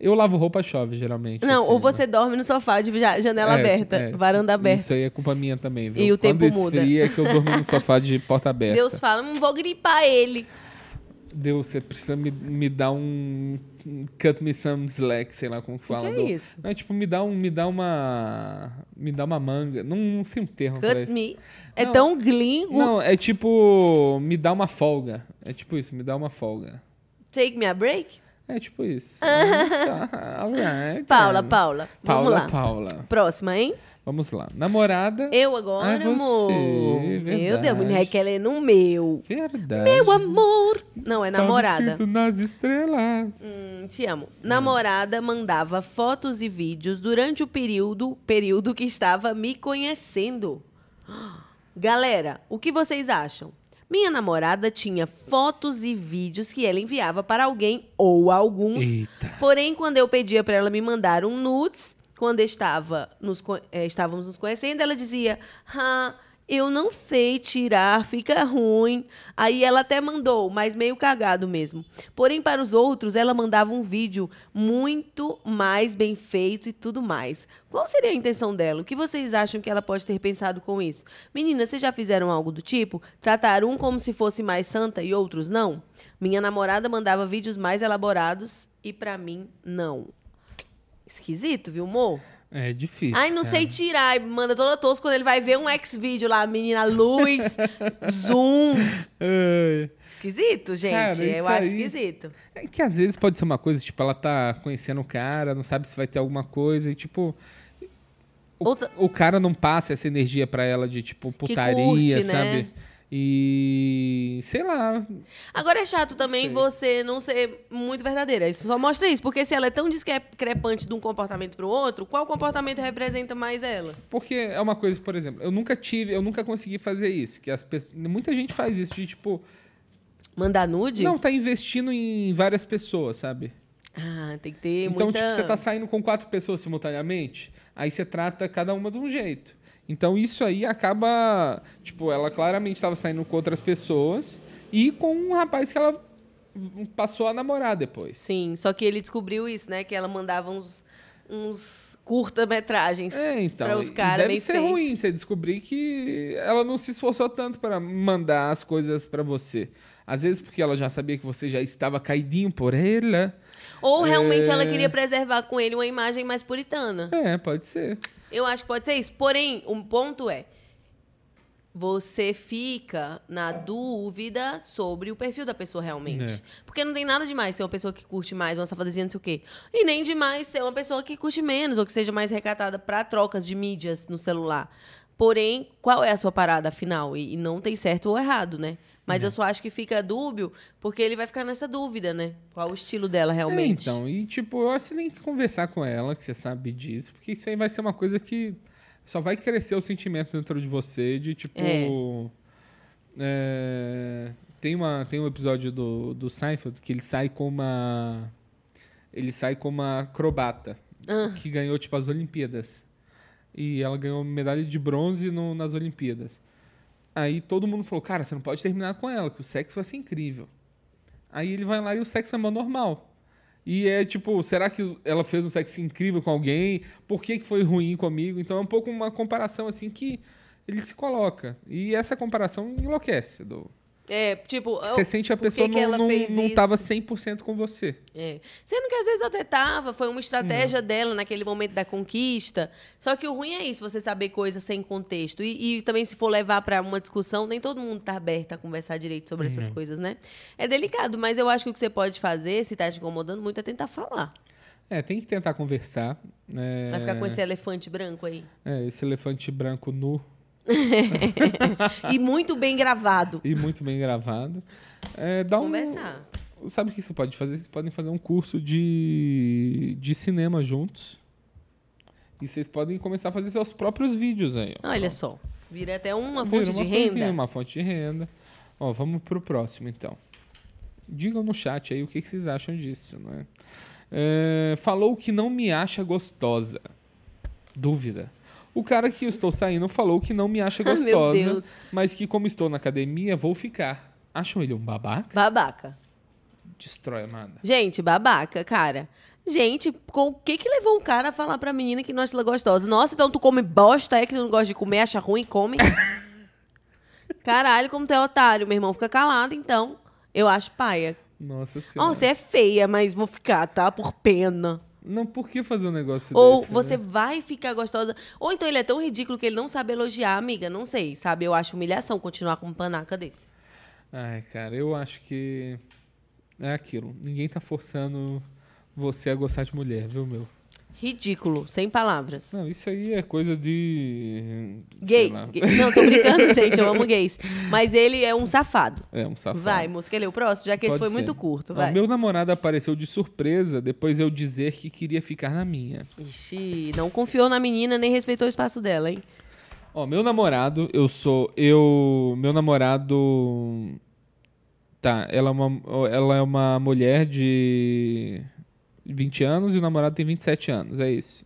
S1: Eu lavo roupa, chove, geralmente.
S2: Não,
S1: assim,
S2: ou
S1: né?
S2: você dorme no sofá de ja- janela
S1: É,
S2: aberta,
S1: é.
S2: varanda aberta.
S1: Isso aí é culpa minha também, viu?
S2: E o
S1: Quando
S2: tempo muda.
S1: esfria é que eu dormi no sofá de porta aberta.
S2: Deus fala, não vou gripar ele.
S1: Deus, você precisa me, me dar um um cut me some slack, sei lá como que fala.
S2: que é
S1: do-
S2: isso?
S1: Não, é tipo, me dá um, me dá uma, me dá uma manga. Não, não sei um termo pra
S2: Cut
S1: isso.
S2: me. É
S1: Não.
S2: tão gringo.
S1: Não, é tipo, me dá uma folga. É tipo isso, me dá uma folga.
S2: Take me a break?
S1: É tipo isso. Nossa, alright.
S2: Paula,
S1: cara.
S2: Paula.
S1: É. Paula,
S2: Vamos lá.
S1: Paula.
S2: Próxima, hein?
S1: Vamos lá. Namorada.
S2: Eu
S1: Ah, é
S2: agora,
S1: você, é
S2: amor. Meu
S1: verdade.
S2: Deus, mulher que ela é no meu.
S1: Verdade.
S2: Meu amor. Não, é
S1: Estava
S2: namorada.
S1: escrito nas estrelas.
S2: Hum, te amo. Namorada mandava fotos e vídeos durante o período, período que estava me conhecendo. Galera, o que vocês acham? Minha namorada tinha fotos e vídeos que ela enviava para alguém ou alguns.
S1: Eita.
S2: Porém, quando eu pedia para ela me mandar um nudes, quando estava nos co- eh, estávamos nos conhecendo, ela dizia: ah, eu não sei tirar, fica ruim. Aí ela até mandou, mas meio cagado mesmo. Porém, para os outros, ela mandava um vídeo muito mais bem feito e tudo mais. Qual seria a intenção dela? O que vocês acham que ela pode ter pensado com isso? Meninas, vocês já fizeram algo do tipo? Tratar um como se fosse mais santa e outros não? Minha namorada mandava vídeos mais elaborados e pra mim, não. Esquisito, viu, amor?
S1: É difícil.
S2: Ai, não
S1: cara.
S2: sei tirar. e Manda toda tosco quando ele vai ver um ex-vídeo lá, menina luz, zoom.
S1: Ai.
S2: Esquisito, gente.
S1: Cara, isso
S2: Eu acho
S1: aí-
S2: esquisito.
S1: É que às vezes pode ser uma coisa, tipo, ela tá conhecendo o cara, não sabe se vai ter alguma coisa, e tipo. O,
S2: Outra-
S1: o cara não passa essa energia pra ela de, tipo, putaria,
S2: curte, né?
S1: sabe? E. sei lá.
S2: Agora é chato também
S1: sei.
S2: você não ser muito verdadeira. Isso só mostra isso. Porque se ela é tão discrepante de um comportamento pro outro, qual comportamento representa mais ela?
S1: Porque é uma coisa, por exemplo, eu nunca tive, eu nunca consegui fazer isso. Que as pessoas. Muita gente faz isso de, tipo,
S2: Mandar nude?
S1: não, tá investindo em várias pessoas, sabe?
S2: Ah, tem que ter
S1: então,
S2: muita...
S1: tipo, você tá saindo com quatro pessoas simultaneamente, aí você trata cada uma de um jeito. Então, isso aí acaba. Tipo, ela claramente estava saindo com outras pessoas e com um rapaz que ela passou a namorar depois.
S2: Sim, só que ele descobriu isso, né? Que ela mandava uns, uns curta-metragens
S1: É, então.
S2: pra os
S1: e
S2: caras
S1: deve
S2: meio
S1: ser
S2: fake.
S1: ruim você descobrir que ela não se esforçou tanto para mandar as coisas para você. Às vezes porque ela já sabia que você já estava caidinho por ela.
S2: Ou realmente
S1: É.
S2: ela queria preservar com ele uma imagem mais puritana.
S1: É, pode ser.
S2: Eu acho que pode ser isso. Porém, um ponto é. Você fica na dúvida sobre o perfil da pessoa realmente.
S1: É.
S2: Porque não tem nada demais ser uma pessoa que curte mais uma safadezinha, não sei o quê. E nem demais ser uma pessoa que curte menos ou que seja mais recatada para trocas de mídias no celular. Porém, qual é a sua parada afinal? E, e não tem certo ou errado, né?
S1: É.
S2: Mas eu só acho que fica dúbio porque ele vai ficar nessa dúvida, né? Qual o estilo dela
S1: É,
S2: realmente?
S1: então, e tipo, eu acho que você tem que conversar com ela, que você sabe disso, porque isso aí vai ser uma coisa que só vai crescer o sentimento dentro de você de tipo.
S2: É.
S1: é, tem, uma, tem um episódio do, do Seinfeld que ele sai com uma. Ele sai com uma acrobata que ganhou, tipo, as Olimpíadas. E ela ganhou medalha de bronze no- nas Olimpíadas. Aí todo mundo falou, cara, você não pode terminar com ela, que o sexo vai ser incrível. Aí ele vai lá e o sexo é mó normal. E é tipo, será que ela fez um sexo incrível com alguém? Por que, que foi ruim comigo? Então é um pouco uma comparação assim que ele se coloca. E essa comparação enlouquece do,
S2: É, tipo... eu-
S1: Você sente a
S2: por que
S1: pessoa
S2: que
S1: não,
S2: ela
S1: não,
S2: fez
S1: não
S2: isso?
S1: tava 100% com você.
S2: É. Sendo que às vezes até tava, foi uma estratégia
S1: Hum.
S2: dela naquele momento da conquista. Só que o ruim é isso, você saber coisas sem contexto. E, e também se for levar pra uma discussão, nem todo mundo tá aberto a conversar direito sobre essas
S1: Uhum.
S2: coisas, né? É delicado, mas eu acho que o que você pode fazer, se tá te incomodando muito, é tentar falar.
S1: É, tem que tentar conversar. né?
S2: Vai ficar com esse elefante branco aí.
S1: É, esse elefante branco nu
S2: E muito bem gravado.
S1: e muito bem gravado. É, dá um-
S2: Conversar.
S1: Sabe o que você pode fazer? Vocês podem fazer um curso de, de cinema juntos. E vocês podem começar a fazer seus próprios vídeos aí. ó.
S2: Olha só. Vira até
S1: tá
S2: uma
S1: Vira
S2: fonte
S1: uma
S2: de
S1: coisinha,
S2: renda.
S1: Uma fonte de renda. Ó, vamos pro próximo, então. Digam no chat aí o que que vocês acham disso, né? É, falou que não me acha gostosa. Dúvida. O cara que eu estou saindo falou que não me acha
S2: Meu
S1: gostosa,
S2: Deus.
S1: mas que como estou na academia, vou ficar. Acham ele um babaca?
S2: Babaca.
S1: Destrói, Amanda.
S2: Gente, babaca, cara. Gente, com o que que levou um cara a falar pra menina que nós é gostosa? Nossa, então tu come bosta, é que tu não gosta de comer, acha ruim, come? Caralho, como tu é otário, meu irmão. Fica calado, então. Eu acho paia.
S1: Nossa senhora.
S2: Ó, você é feia, mas vou ficar, tá? Por pena.
S1: Não, por que fazer um negócio
S2: Ou
S1: desse?
S2: você
S1: né?
S2: vai ficar gostosa. Ou então ele é tão ridículo que ele não sabe elogiar, amiga. Não sei, sabe? Eu acho humilhação continuar com um panaca desse.
S1: Ai, cara, eu acho que é aquilo. Ninguém tá forçando você a gostar de mulher, viu, meu?
S2: Ridículo, sem palavras.
S1: Não, isso aí é coisa de. sei
S2: Gay.
S1: lá.
S2: Gay. Não, tô brincando, gente. Eu amo gays. Mas ele é um safado.
S1: É um safado.
S2: Vai, moça, quer ler o próximo? Já que esse
S1: Pode
S2: foi
S1: ser.
S2: muito curto,
S1: Não,
S2: vai.
S1: Meu namorado apareceu de surpresa depois eu dizer que queria ficar na minha.
S2: Ixi, não confiou na menina, nem respeitou o espaço dela, hein?
S1: Ó, meu namorado, eu sou. Eu. Meu namorado. Tá, ela é uma, ela é uma mulher de 20 anos e o namorado tem 27 anos, é isso.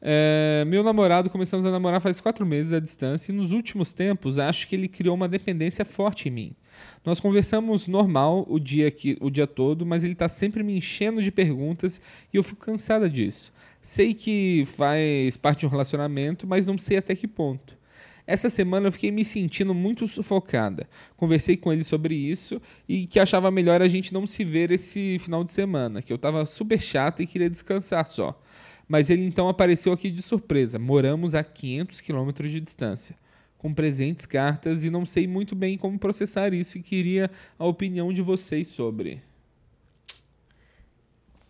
S1: É, meu namorado, começamos a namorar faz quatro meses à distância e nos últimos tempos acho que ele criou uma dependência forte em mim. Nós conversamos normal o dia, que, o dia todo, mas ele está sempre me enchendo de perguntas e eu fico cansada disso. Sei que faz parte de um relacionamento, mas não sei até que ponto. Essa semana eu fiquei me sentindo muito sufocada. Conversei com ele sobre isso e que achava melhor a gente não se ver esse final de semana, que eu tava super chata e queria descansar só. Mas ele então apareceu aqui de surpresa. Moramos a 500 quilômetros de distância, com presentes, cartas e não sei muito bem como processar isso e queria a opinião de vocês sobre.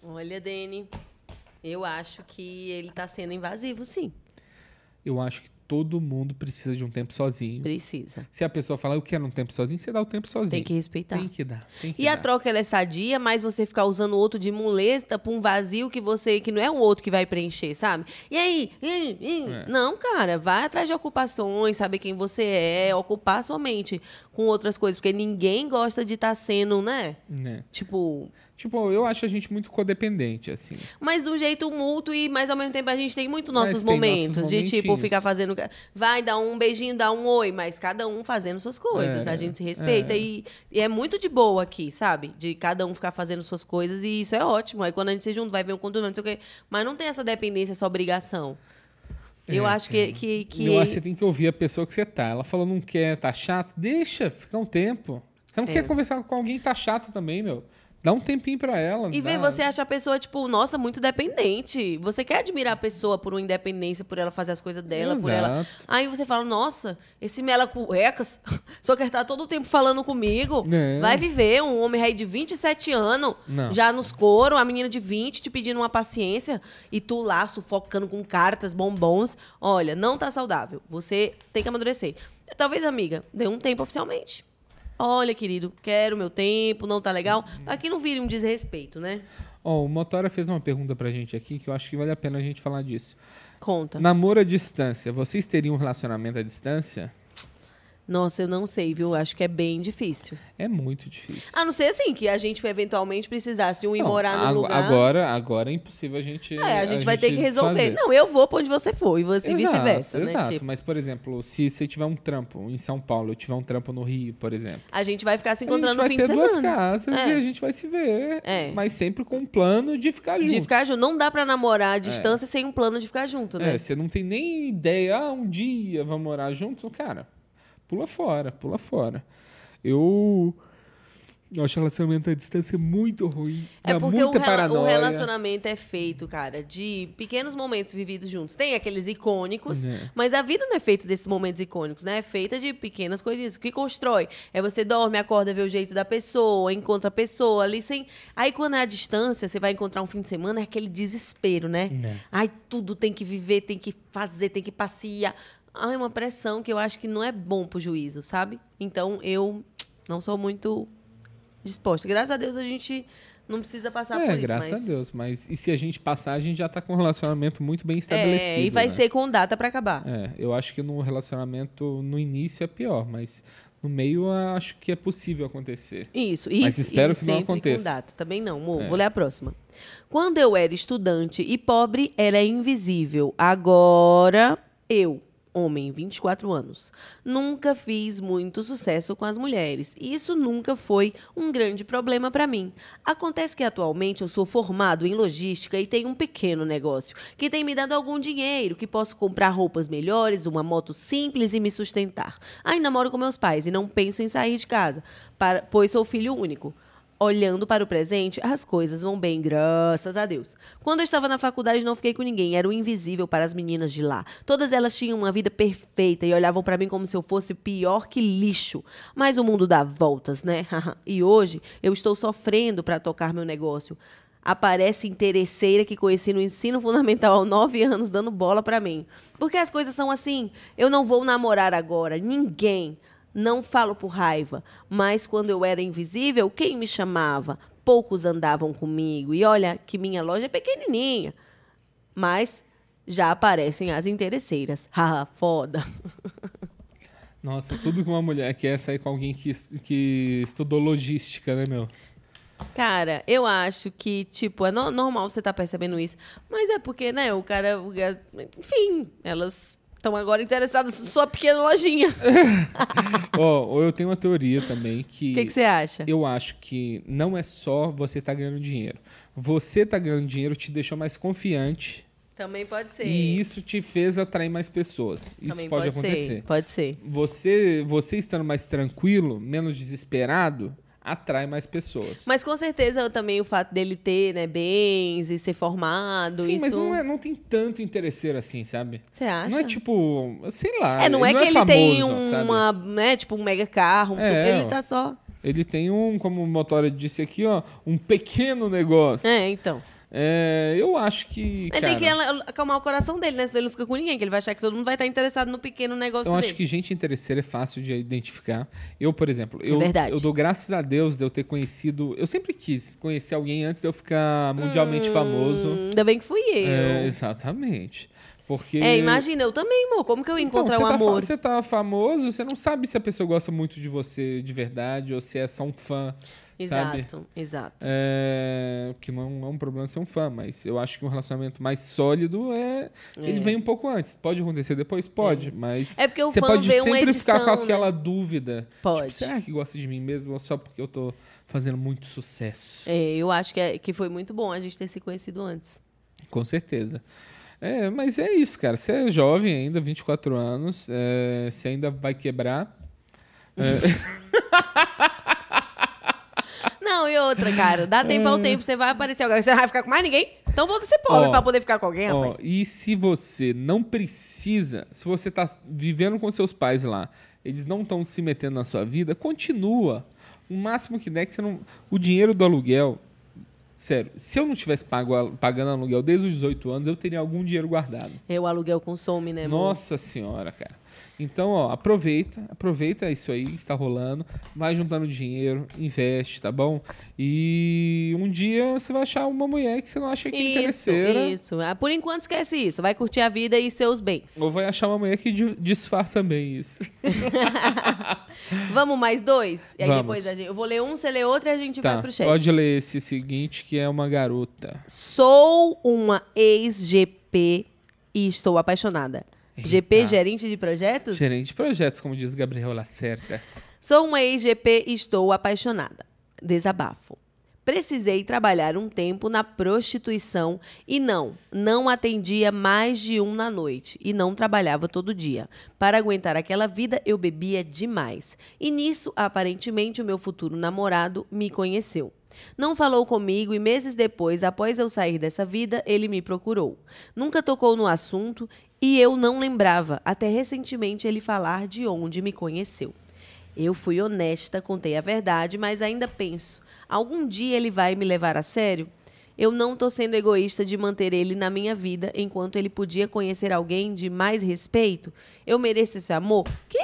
S2: Olha, Dene, eu acho que ele tá sendo invasivo, sim.
S1: Eu acho que todo mundo precisa de um tempo sozinho.
S2: Precisa.
S1: Se a pessoa falar eu quero um tempo sozinho, você dá o tempo sozinho.
S2: Tem que respeitar.
S1: Tem que dar. Tem que
S2: E
S1: dar.
S2: a troca ela é sadia, mas você ficar usando o outro de muleta pra um vazio que você que não é um outro que vai preencher, sabe? E aí, Hum, hum.
S1: É.
S2: não, cara, vai atrás de ocupações, saber quem você é, ocupar sua mente com outras coisas, porque ninguém gosta de estar sendo, né?
S1: Né?
S2: Tipo,
S1: Tipo, eu acho a gente muito codependente, assim.
S2: mas de um jeito mútuo e mas ao mesmo tempo a gente tem muito
S1: Mas
S2: nossos
S1: tem
S2: momentos
S1: nossos
S2: de tipo
S1: momentinhos.
S2: ficar fazendo, vai dar um beijinho, dar um oi, mas cada um fazendo suas coisas,
S1: É,
S2: a gente se respeita
S1: é.
S2: e, e é muito de boa aqui, sabe? De cada um ficar fazendo suas coisas e isso é ótimo. Aí quando a gente se junta, vai ver um conteúdo, não sei o quê, mas não tem essa dependência, essa obrigação.
S1: É,
S2: Eu acho que que, que
S1: Eu acho que você tem que ouvir a pessoa que você tá. Ela falou, não quer, tá chato. Deixa, fica um tempo. Você
S2: É.
S1: não quer conversar com alguém que tá chato também, meu. Dá um tempinho pra ela.
S2: E
S1: dá-
S2: ver você acha a pessoa, tipo, nossa, muito dependente. Você quer admirar a pessoa por uma independência, por ela fazer as coisas dela, por ela.
S1: Exato.
S2: Aí você fala, nossa, esse mela cuecas só quer estar todo o tempo falando comigo.
S1: É.
S2: Vai viver um homem aí de 27 anos,
S1: Não.
S2: já nos couro, a menina de 20 te pedindo uma paciência e tu lá sufocando com cartas, bombons. Olha, não tá saudável. Você tem que amadurecer. Talvez, amiga, dê um tempo oficialmente. Olha, querido, quero meu tempo, não tá legal. Pra que não vire um desrespeito, né?
S1: Ó, o Motora fez uma pergunta pra gente aqui que eu acho que vale a pena a gente falar disso.
S2: Conta.
S1: Namoro à distância. Vocês teriam um relacionamento à distância?
S2: Nossa, eu não sei, viu? Acho que é bem difícil.
S1: É muito difícil.
S2: A não ser, assim, que a gente eventualmente precisasse um ir
S1: Não,
S2: morar no
S1: ago-
S2: lugar.
S1: Agora, agora é impossível a gente.
S2: É, a, gente vai ter que resolver.
S1: desfazer.
S2: Não, eu vou pra onde você for e você
S1: Exato,
S2: vice-versa, né?
S1: Exato,
S2: Tipo,
S1: mas por exemplo, se você tiver um trampo em São Paulo, eu tiver um trampo no Rio, por exemplo.
S2: a gente vai ficar se
S1: A gente
S2: encontrando no
S1: vai
S2: fim
S1: ter
S2: de
S1: duas
S2: semana.
S1: casas
S2: É.
S1: e a gente vai se ver,
S2: É.
S1: mas sempre com um plano de ficar junto.
S2: De ficar junto. Não dá pra namorar à distância sem um plano de ficar junto, né?
S1: É, você não tem nem ideia, ah, um dia vamos morar junto, cara. Pula fora, pula fora. Eu. Eu acho relacionamento à distância muito ruim.
S2: É
S1: Dá
S2: porque o,
S1: muita
S2: rela- o
S1: paranoia.
S2: relacionamento é feito, cara, de pequenos momentos vividos juntos. Tem aqueles icônicos,
S1: É.
S2: mas a vida não é feita desses momentos icônicos, né? É feita de pequenas coisinhas. O que constrói? É você dorme, acorda, vê o jeito da pessoa, encontra a pessoa ali sem. Aí quando é a distância, você vai encontrar um fim de semana, é aquele desespero, né? Ai, tudo tem que viver, tem que fazer, tem que passear. Ai, uma pressão que eu acho que não é bom pro juízo, sabe? Então eu não sou muito disposta. Graças a Deus a gente não precisa passar por
S1: É,
S2: isso.
S1: graças
S2: mas...
S1: a Deus. Mas e se a gente passar, a gente já tá com um relacionamento muito bem estabelecido.
S2: É, e vai
S1: né?
S2: ser com data pra acabar.
S1: É, eu acho que no relacionamento, no início é pior, mas no meio eu acho que é possível acontecer.
S2: Isso, isso.
S1: espero
S2: e
S1: que não
S2: sempre
S1: aconteça.
S2: Com data. Também não, amor. Vou ler a próxima. Quando eu era estudante e pobre, era invisível. Agora, eu, homem, 24 anos, nunca fiz muito sucesso com as mulheres. E Isso nunca foi um grande problema pra mim. Acontece que atualmente eu sou formado em logística e tenho um pequeno negócio que tem me dado algum dinheiro, que posso comprar roupas melhores, uma moto simples e me sustentar. Ainda moro com meus pais e não penso em sair de casa, para- pois sou filho único. Olhando para o presente, as coisas vão bem, graças a Deus. Quando eu estava na faculdade, não fiquei com ninguém, era o invisível para as meninas de lá. Todas elas tinham uma vida perfeita e olhavam para mim como se eu fosse pior que lixo. Mas o mundo dá voltas, né? e hoje eu estou sofrendo para tocar meu negócio. Aparece interesseira que conheci no ensino fundamental há nove anos dando bola para mim. Porque as coisas são assim. Eu não vou namorar agora, ninguém. Não falo por raiva, mas quando eu era invisível, quem me chamava? Poucos andavam comigo. E olha que minha loja é pequenininha. Mas já aparecem as interesseiras. Haha, foda.
S1: Nossa, tudo que uma mulher quer é sair com alguém que, es- que estudou logística, né, meu?
S2: Cara, eu acho que, tipo, é no- normal você tá percebendo isso. Mas é porque, né, o cara. o cara- enfim, elas estão agora interessadas na sua pequena lojinha. O
S1: Ó, ou eu tenho uma teoria também que.
S2: que que você acha?
S1: Eu acho que não é só você tá ganhando dinheiro. Você tá ganhando dinheiro te deixou mais confiante
S2: Também pode ser.
S1: e isso te fez atrair mais pessoas. Isso
S2: Também
S1: pode,
S2: ser,
S1: acontecer.
S2: Pode ser.
S1: Você, você estando mais tranquilo, menos desesperado, atrai mais pessoas.
S2: Mas com certeza eu também o fato dele ter, né, bens e ser formado,
S1: Sim,
S2: isso.
S1: mas não, é- não tem tanto interesseiro assim, sabe?
S2: Você acha?
S1: Não é tipo, sei lá.
S2: É, não é que ele
S1: famoso,
S2: tem
S1: sabe?
S2: uma, né, tipo um mega carro, um
S1: É,
S2: super, ele
S1: ó.
S2: tá só.
S1: Ele tem um, como o Motora disse aqui, ó, um pequeno negócio.
S2: É, então.
S1: É, eu acho que.
S2: Mas
S1: cara,
S2: tem que ela- acalmar o coração dele, né? Senão ele não fica com ninguém, que ele vai achar que todo mundo vai estar interessado no pequeno negócio
S1: Eu
S2: dele.
S1: Então, acho que gente interesseira é fácil de identificar. Eu, por exemplo,
S2: É
S1: eu,
S2: verdade.
S1: eu dou graças a Deus de eu ter conhecido. Eu sempre quis conhecer alguém antes de eu ficar mundialmente famoso.
S2: Hum, ainda bem que fui
S1: É,
S2: eu.
S1: exatamente. Porque.
S2: É, imagina, eu também, amor. Como que eu ia
S1: Então,
S2: encontrar
S1: você
S2: um
S1: tá fa-
S2: amor?
S1: Você tá famoso, você não sabe se a pessoa gosta muito de você de verdade ou se é só um fã. Sabe?
S2: Exato, exato.
S1: É, que não é um problema ser um fã, mas eu acho que um relacionamento mais sólido é. Ele vem um pouco antes. Pode acontecer depois? Pode, mas.
S2: É porque o
S1: você
S2: fã
S1: pode
S2: vê uma
S1: sempre ficar com
S2: edição, né?
S1: aquela dúvida.
S2: Pode.
S1: Tipo, será que gosta de mim mesmo ou só porque eu tô fazendo muito sucesso?
S2: É, eu acho que, é- que foi muito bom a gente ter se conhecido antes.
S1: Com certeza. É, mas é isso, cara. Você é jovem ainda, 24 anos. É, você ainda vai quebrar.
S2: Não, e outra, cara, dá tempo ao tempo, você vai aparecer agora. Você não vai ficar com mais ninguém? Então volta a ser pobre
S1: É. Ó,
S2: pra poder ficar com alguém,
S1: Ó,
S2: É, rapaz.
S1: e se você não precisa, se você tá vivendo com seus pais lá, eles não estão se metendo na sua vida, continua. O máximo que der que você não. O dinheiro do aluguel. Sério, se eu não tivesse pago, a- pagando aluguel desde os 18 anos, eu teria algum dinheiro guardado.
S2: É, o aluguel consome, né, amor?
S1: Nossa senhora, cara. Então, ó, aproveita, aproveita isso aí que tá rolando, vai juntando dinheiro, investe, tá bom? E um dia você vai achar uma mulher que você não acha que é
S2: Isso,
S1: interesseira.
S2: isso. Ah, Por enquanto, esquece isso. Vai curtir a vida e seus bens.
S1: Ou vai achar uma mulher que di- disfarça bem isso.
S2: Vamos mais dois? E aí
S1: Vamos.
S2: depois a gente. Eu vou ler um, você lê outro e a gente vai
S1: tá,
S2: pro chat.
S1: pode ler esse seguinte, que é uma garota.
S2: Sou uma ex-GP e estou apaixonada. GP,
S1: Eita.
S2: gerente de projetos?
S1: Gerente de projetos, como diz Gabriel Lacerda.
S2: Sou uma ex-GP e estou apaixonada. Desabafo. Precisei trabalhar um tempo na prostituição e não, não atendia mais de um na noite e não trabalhava todo dia. Para aguentar aquela vida, eu bebia demais. E nisso, aparentemente, o meu futuro namorado me conheceu. Não falou comigo e meses depois, após eu sair dessa vida, ele me procurou. Nunca tocou no assunto e eu não lembrava, até recentemente ele falar de onde me conheceu. Eu fui honesta, contei a verdade, mas ainda penso: algum dia ele vai me levar a sério? Eu não tô sendo egoísta de manter ele na minha vida enquanto ele podia conhecer alguém de mais respeito. Eu mereço esse amor? Que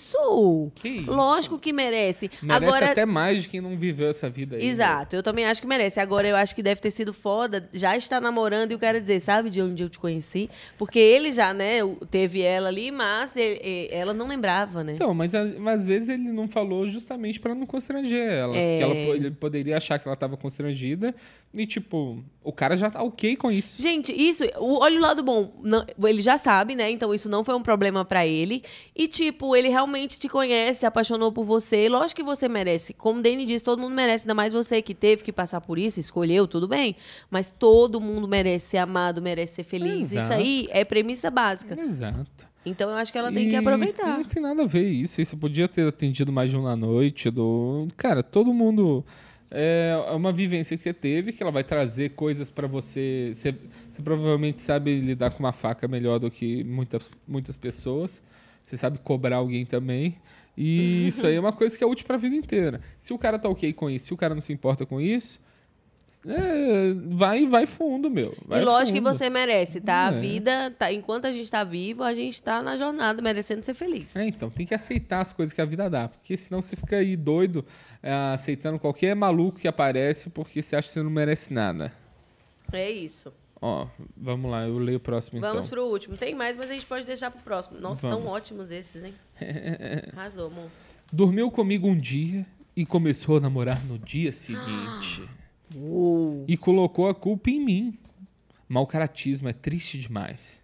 S2: isso?
S1: Que isso?
S2: Lógico que merece.
S1: Merece
S2: Agora
S1: até mais de quem não viveu essa vida aí. né?
S2: Exato, eu também acho que merece. Agora, eu acho que deve ter sido foda já estar namorando e o cara dizer, sabe de onde eu te conheci? Porque ele já, né, o- teve ela ali, mas e- e- ela não lembrava, né?
S1: Então, mas, a- mas às vezes ele não falou justamente pra não constranger ela.
S2: É.
S1: Que ela po- ele poderia achar que ela tava constrangida. E, tipo, o cara já tá ok com isso.
S2: Gente, isso, o- olha o lado bom. Não- ele já sabe, né? Então isso não foi um problema pra ele. E, tipo, ele realmente te conhece, se apaixonou por você. Lógico que você merece. Como o Dani disse, todo mundo merece, ainda mais você que teve que passar por isso, escolheu, tudo bem. Mas todo mundo merece ser amado, merece ser feliz.
S1: Exato.
S2: Isso aí é premissa básica.
S1: Exato.
S2: Então eu acho que ela tem
S1: E
S2: que aproveitar.
S1: Não tem nada a ver isso. Isso podia ter atendido mais de um na noite. Do... Cara, todo mundo. É é uma vivência que você teve que ela vai trazer coisas pra você. você. Você provavelmente sabe lidar com uma faca melhor do que muitas, muitas pessoas. Você sabe cobrar alguém também. E isso aí é uma coisa que é útil pra vida inteira. Se o cara tá ok com isso, se o cara não se importa com isso, é, vai, vai fundo, meu. Vai
S2: e lógico
S1: fundo.
S2: que você merece, tá? A
S1: É.
S2: vida, tá, enquanto a gente tá vivo, a gente tá na jornada merecendo ser feliz.
S1: É, então, tem que aceitar as coisas que a vida dá, porque senão você fica aí doido é, aceitando qualquer maluco que aparece porque você acha que você não merece nada.
S2: É isso.
S1: Ó, vamos lá, eu leio o próximo então.
S2: Vamos pro último. Tem mais, mas a gente pode deixar pro próximo. Nossa, tão
S1: Vamos.
S2: ótimos esses, hein? Arrasou, amor.
S1: Dormiu comigo um dia e começou a namorar no dia seguinte. E colocou a culpa em mim. Mal caratismo é triste demais.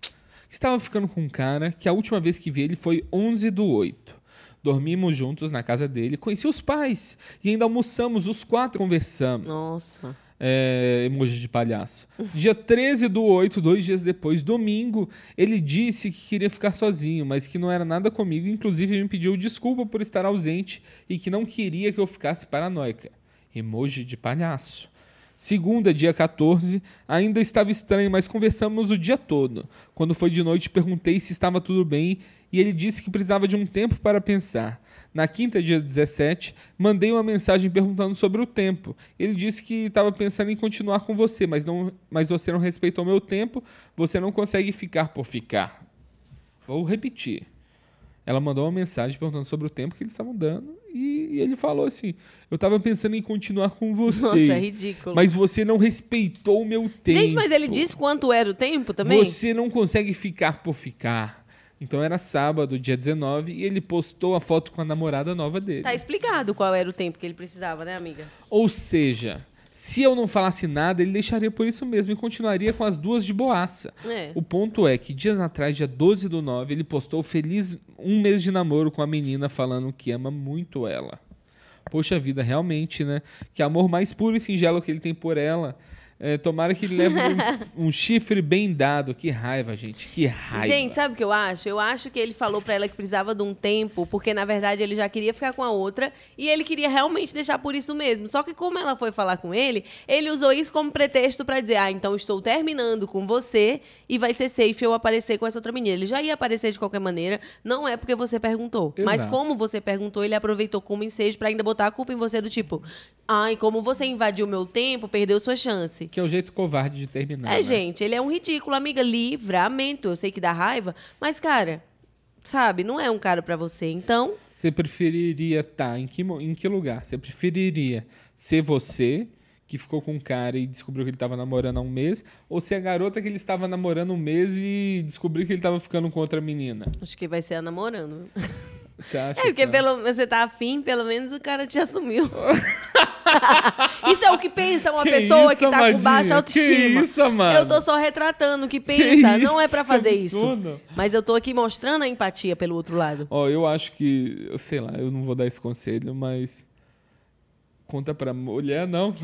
S1: Estava ficando com um cara que a última vez que vi ele foi 11 do 8. Dormimos juntos na casa dele, conheci os pais e ainda almoçamos os quatro conversamos.
S2: Nossa.
S1: É, emoji de palhaço. Dia 13 do 8, dois dias depois, domingo, ele disse que queria ficar sozinho, mas que não era nada comigo. Inclusive, ele me pediu desculpa por estar ausente e que não queria que eu ficasse paranoica. Emoji de palhaço. Segunda, dia 14, ainda estava estranho, mas conversamos o dia todo. Quando foi de noite, perguntei se estava tudo bem e ele disse que precisava de um tempo para pensar. Na quinta, dia 17, mandei uma mensagem perguntando sobre o tempo. Ele disse que estava pensando em continuar com você, mas, não, mas você não respeitou meu tempo, você não consegue ficar por ficar. Vou repetir. Ela mandou uma mensagem perguntando sobre o tempo que eles estavam dando e, e ele falou assim: Eu estava pensando em continuar com você.
S2: Nossa, é ridículo.
S1: Mas você não respeitou o meu tempo.
S2: Gente, mas ele disse quanto era o tempo também?
S1: Você não consegue ficar por ficar. Então era sábado, dia 19, e ele postou a foto com a namorada nova dele.
S2: Tá explicado qual era o tempo que ele precisava, né, amiga?
S1: Ou seja, se eu não falasse nada, ele deixaria por isso mesmo e continuaria com as duas de boaça.
S2: É.
S1: O ponto é que dias atrás, dia 12 do 9, ele postou feliz um mês de namoro com a menina falando que ama muito ela. Poxa vida, realmente, né? Que amor mais puro e singelo que ele tem por ela. É, tomara que ele leve um, um chifre bem dado. Que raiva, gente. Que raiva.
S2: Gente, sabe o que eu acho? Eu acho que ele falou pra ela que precisava de um tempo, porque na verdade ele já queria ficar com a outra e ele queria realmente deixar por isso mesmo. Só que como ela foi falar com ele, ele usou isso como pretexto pra dizer: "Ah, então estou terminando com você e vai ser safe eu aparecer com essa outra menina". Ele já ia aparecer de qualquer maneira, não é porque você perguntou, mas
S1: Exato.
S2: como você perguntou, ele aproveitou como ensejo pra ainda botar a culpa em você do tipo: "Ai, como você invadiu meu tempo, perdeu sua chance".
S1: Que é o jeito covarde de terminar.
S2: É,
S1: né?
S2: gente, ele é um ridículo, amiga. Livramento. Eu sei que dá raiva, mas, cara, sabe, não é um cara pra você. Então,
S1: Você preferiria estar em que, mo- em que lugar? Você preferiria ser você, que ficou com um cara e descobriu que ele estava namorando há um mês, ou ser a garota que ele estava namorando um mês e descobriu que ele estava ficando com outra menina?
S2: acho que vai ser a namorando.
S1: Você acha?
S2: É, porque
S1: que-
S2: pelo, você tá afim, pelo menos o cara te assumiu. isso é o que pensa uma
S1: Que
S2: pessoa
S1: isso,
S2: que tá
S1: Amadinha?
S2: com baixa autoestima.
S1: Que isso, mano?
S2: Eu tô só retratando o que
S1: Que
S2: pensa.
S1: isso,
S2: não é pra fazer
S1: que
S2: isso.
S1: absurdo.
S2: Mas eu tô aqui mostrando a empatia pelo outro lado.
S1: Ó, eu acho que, eu sei lá, eu não vou dar esse conselho, mas Conta pra mulher, não.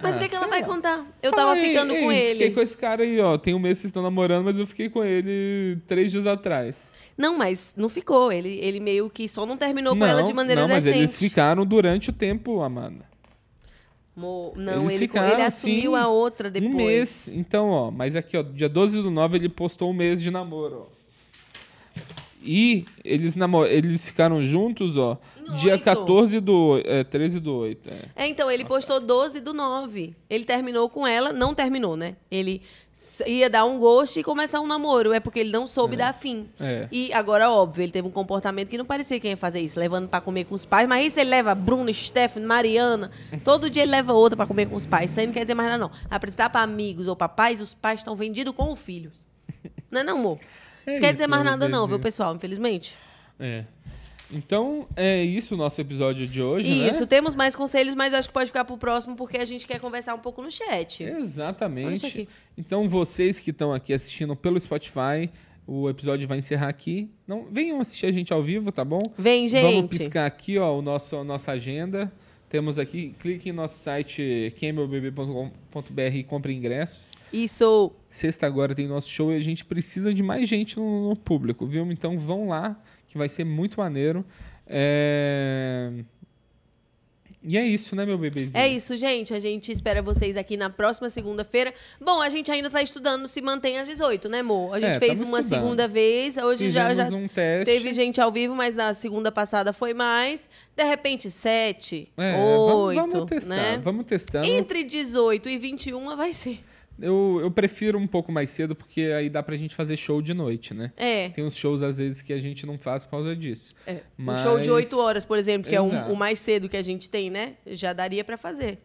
S2: Mas o que,
S1: Ah,
S2: que ela
S1: sei
S2: vai
S1: lá.
S2: contar? Eu
S1: Fala,
S2: tava
S1: "Ei,
S2: ficando
S1: ei,
S2: com
S1: Fiquei
S2: ele.
S1: com esse cara aí, ó. Tem um mês que vocês estão namorando, mas eu fiquei com ele três dias atrás.
S2: Não, mas não ficou. Ele, ele meio que só não terminou com ela de maneira
S1: não, mas
S2: decente.
S1: eles ficaram durante o tempo, Amanda.
S2: Mo- Não,
S1: Eles
S2: ele, co-
S1: ficaram,
S2: ele assumiu
S1: sim,
S2: a outra depois.
S1: Um mês. Então, ó, mas aqui, ó, dia 12 do 9 ele postou um mês de namoro, ó. E eles, namo- eles ficaram juntos, ó,
S2: Em
S1: dia
S2: oito.
S1: 14 do... É, 13 do 8, é.
S2: É, então, ele postou 12 do 9. Ele terminou com ela, não terminou, né? Ele s- ia dar um gosto e começar um namoro. É porque ele não soube dar fim.
S1: É.
S2: E agora, óbvio, ele teve um comportamento que não parecia que ia fazer isso, levando pra comer com os pais. Mas isso ele leva Bruno, Stephanie, Mariana. Todo dia ele leva outra pra comer com os pais. Isso aí não quer dizer mais nada, não. Apresentar pra amigos ou pra pais, os pais estão vendidos com os filhos. Não é não, amor?
S1: É
S2: Isso quer
S1: isso,
S2: dizer mais
S1: meu
S2: nada, não, viu,
S1: bebezinho.
S2: pessoal? Infelizmente.
S1: É. Então, é isso o nosso episódio de hoje,
S2: Isso,
S1: né?
S2: temos mais conselhos, mas eu acho que pode ficar pro próximo, porque a gente quer conversar um pouco no chat. Olha isso
S1: Exatamente.
S2: aqui.
S1: Então, vocês que estão aqui assistindo pelo Spotify, o episódio vai encerrar aqui. Não, venham assistir a gente ao vivo, tá bom?
S2: Vem,
S1: Vamos
S2: gente.
S1: piscar aqui, ó, o nosso, a nossa agenda. Temos aqui, clique em nosso site camelbb.com.br e compre ingressos.
S2: Isso.
S1: Sexta agora tem nosso show e a gente precisa de mais gente no, no público, viu? Então vão lá, que vai ser muito maneiro. É... E é isso, né, meu bebezinho?
S2: É isso, gente. A gente espera vocês aqui na próxima segunda-feira. Bom, a gente ainda tá estudando se mantém às 18, né, amor? A gente
S1: É,
S2: fez
S1: tamo
S2: uma
S1: estudando.
S2: segunda vez. Hoje já,
S1: Fizemos
S2: já
S1: um teste.
S2: teve gente ao vivo, mas na segunda passada foi mais. De repente, 7,
S1: É,
S2: 8,
S1: vamos, vamos testar,
S2: né?
S1: vamos testando.
S2: Entre 18 e 21 vai ser.
S1: Eu, eu prefiro um pouco mais cedo, porque aí dá pra gente fazer show de noite, né?
S2: É.
S1: Tem uns shows, às vezes, que a gente não faz por causa disso.
S2: É,
S1: Mas-
S2: Um show de 8 horas, por exemplo, que é
S1: Exato.
S2: um- o mais cedo que a gente tem, né? Já daria pra fazer.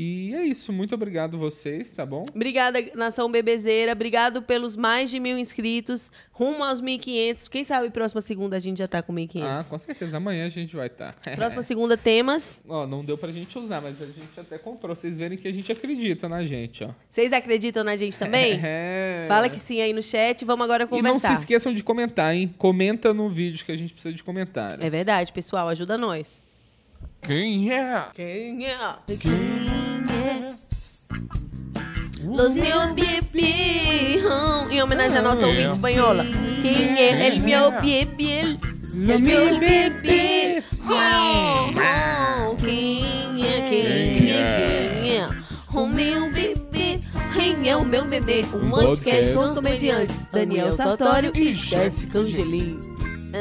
S1: E é isso. Muito obrigado vocês, tá bom?
S2: Obrigada, Nação Bebezeira. Obrigado pelos mais de mil inscritos. Rumo aos 1.500. Quem sabe próxima segunda a gente já tá com 1.500.
S1: Ah, é. com certeza. Amanhã a gente vai estar.
S2: Próxima segunda, temas.
S1: Ó, não deu pra gente usar, mas a gente até comprou. Vocês verem que a gente acredita na gente, ó.
S2: Vocês acreditam na gente também?
S1: É.
S2: Fala que sim aí no chat. Vamos agora
S1: E não se
S2: conversar.
S1: esqueçam de comentar, hein? Comenta no vídeo que a gente precisa de comentários.
S2: é verdade, pessoal. Ajuda nós.
S1: Quem é?
S2: Quem é?
S3: Los mil
S2: Bebê. hum, Em homenagem à nossa
S1: Quem é?
S2: ouvinte espanhola. Quem é? El meu
S1: é?
S2: bebê.
S1: Meu
S2: Meu
S1: bebê.
S2: bebê. Oh, oh, Quem é, quem é, quem é? O meu bebê, quem é o meu bebê? Um
S1: podcast
S2: podcast com os comediantes Daniel Sartório e Jéssica Angelim.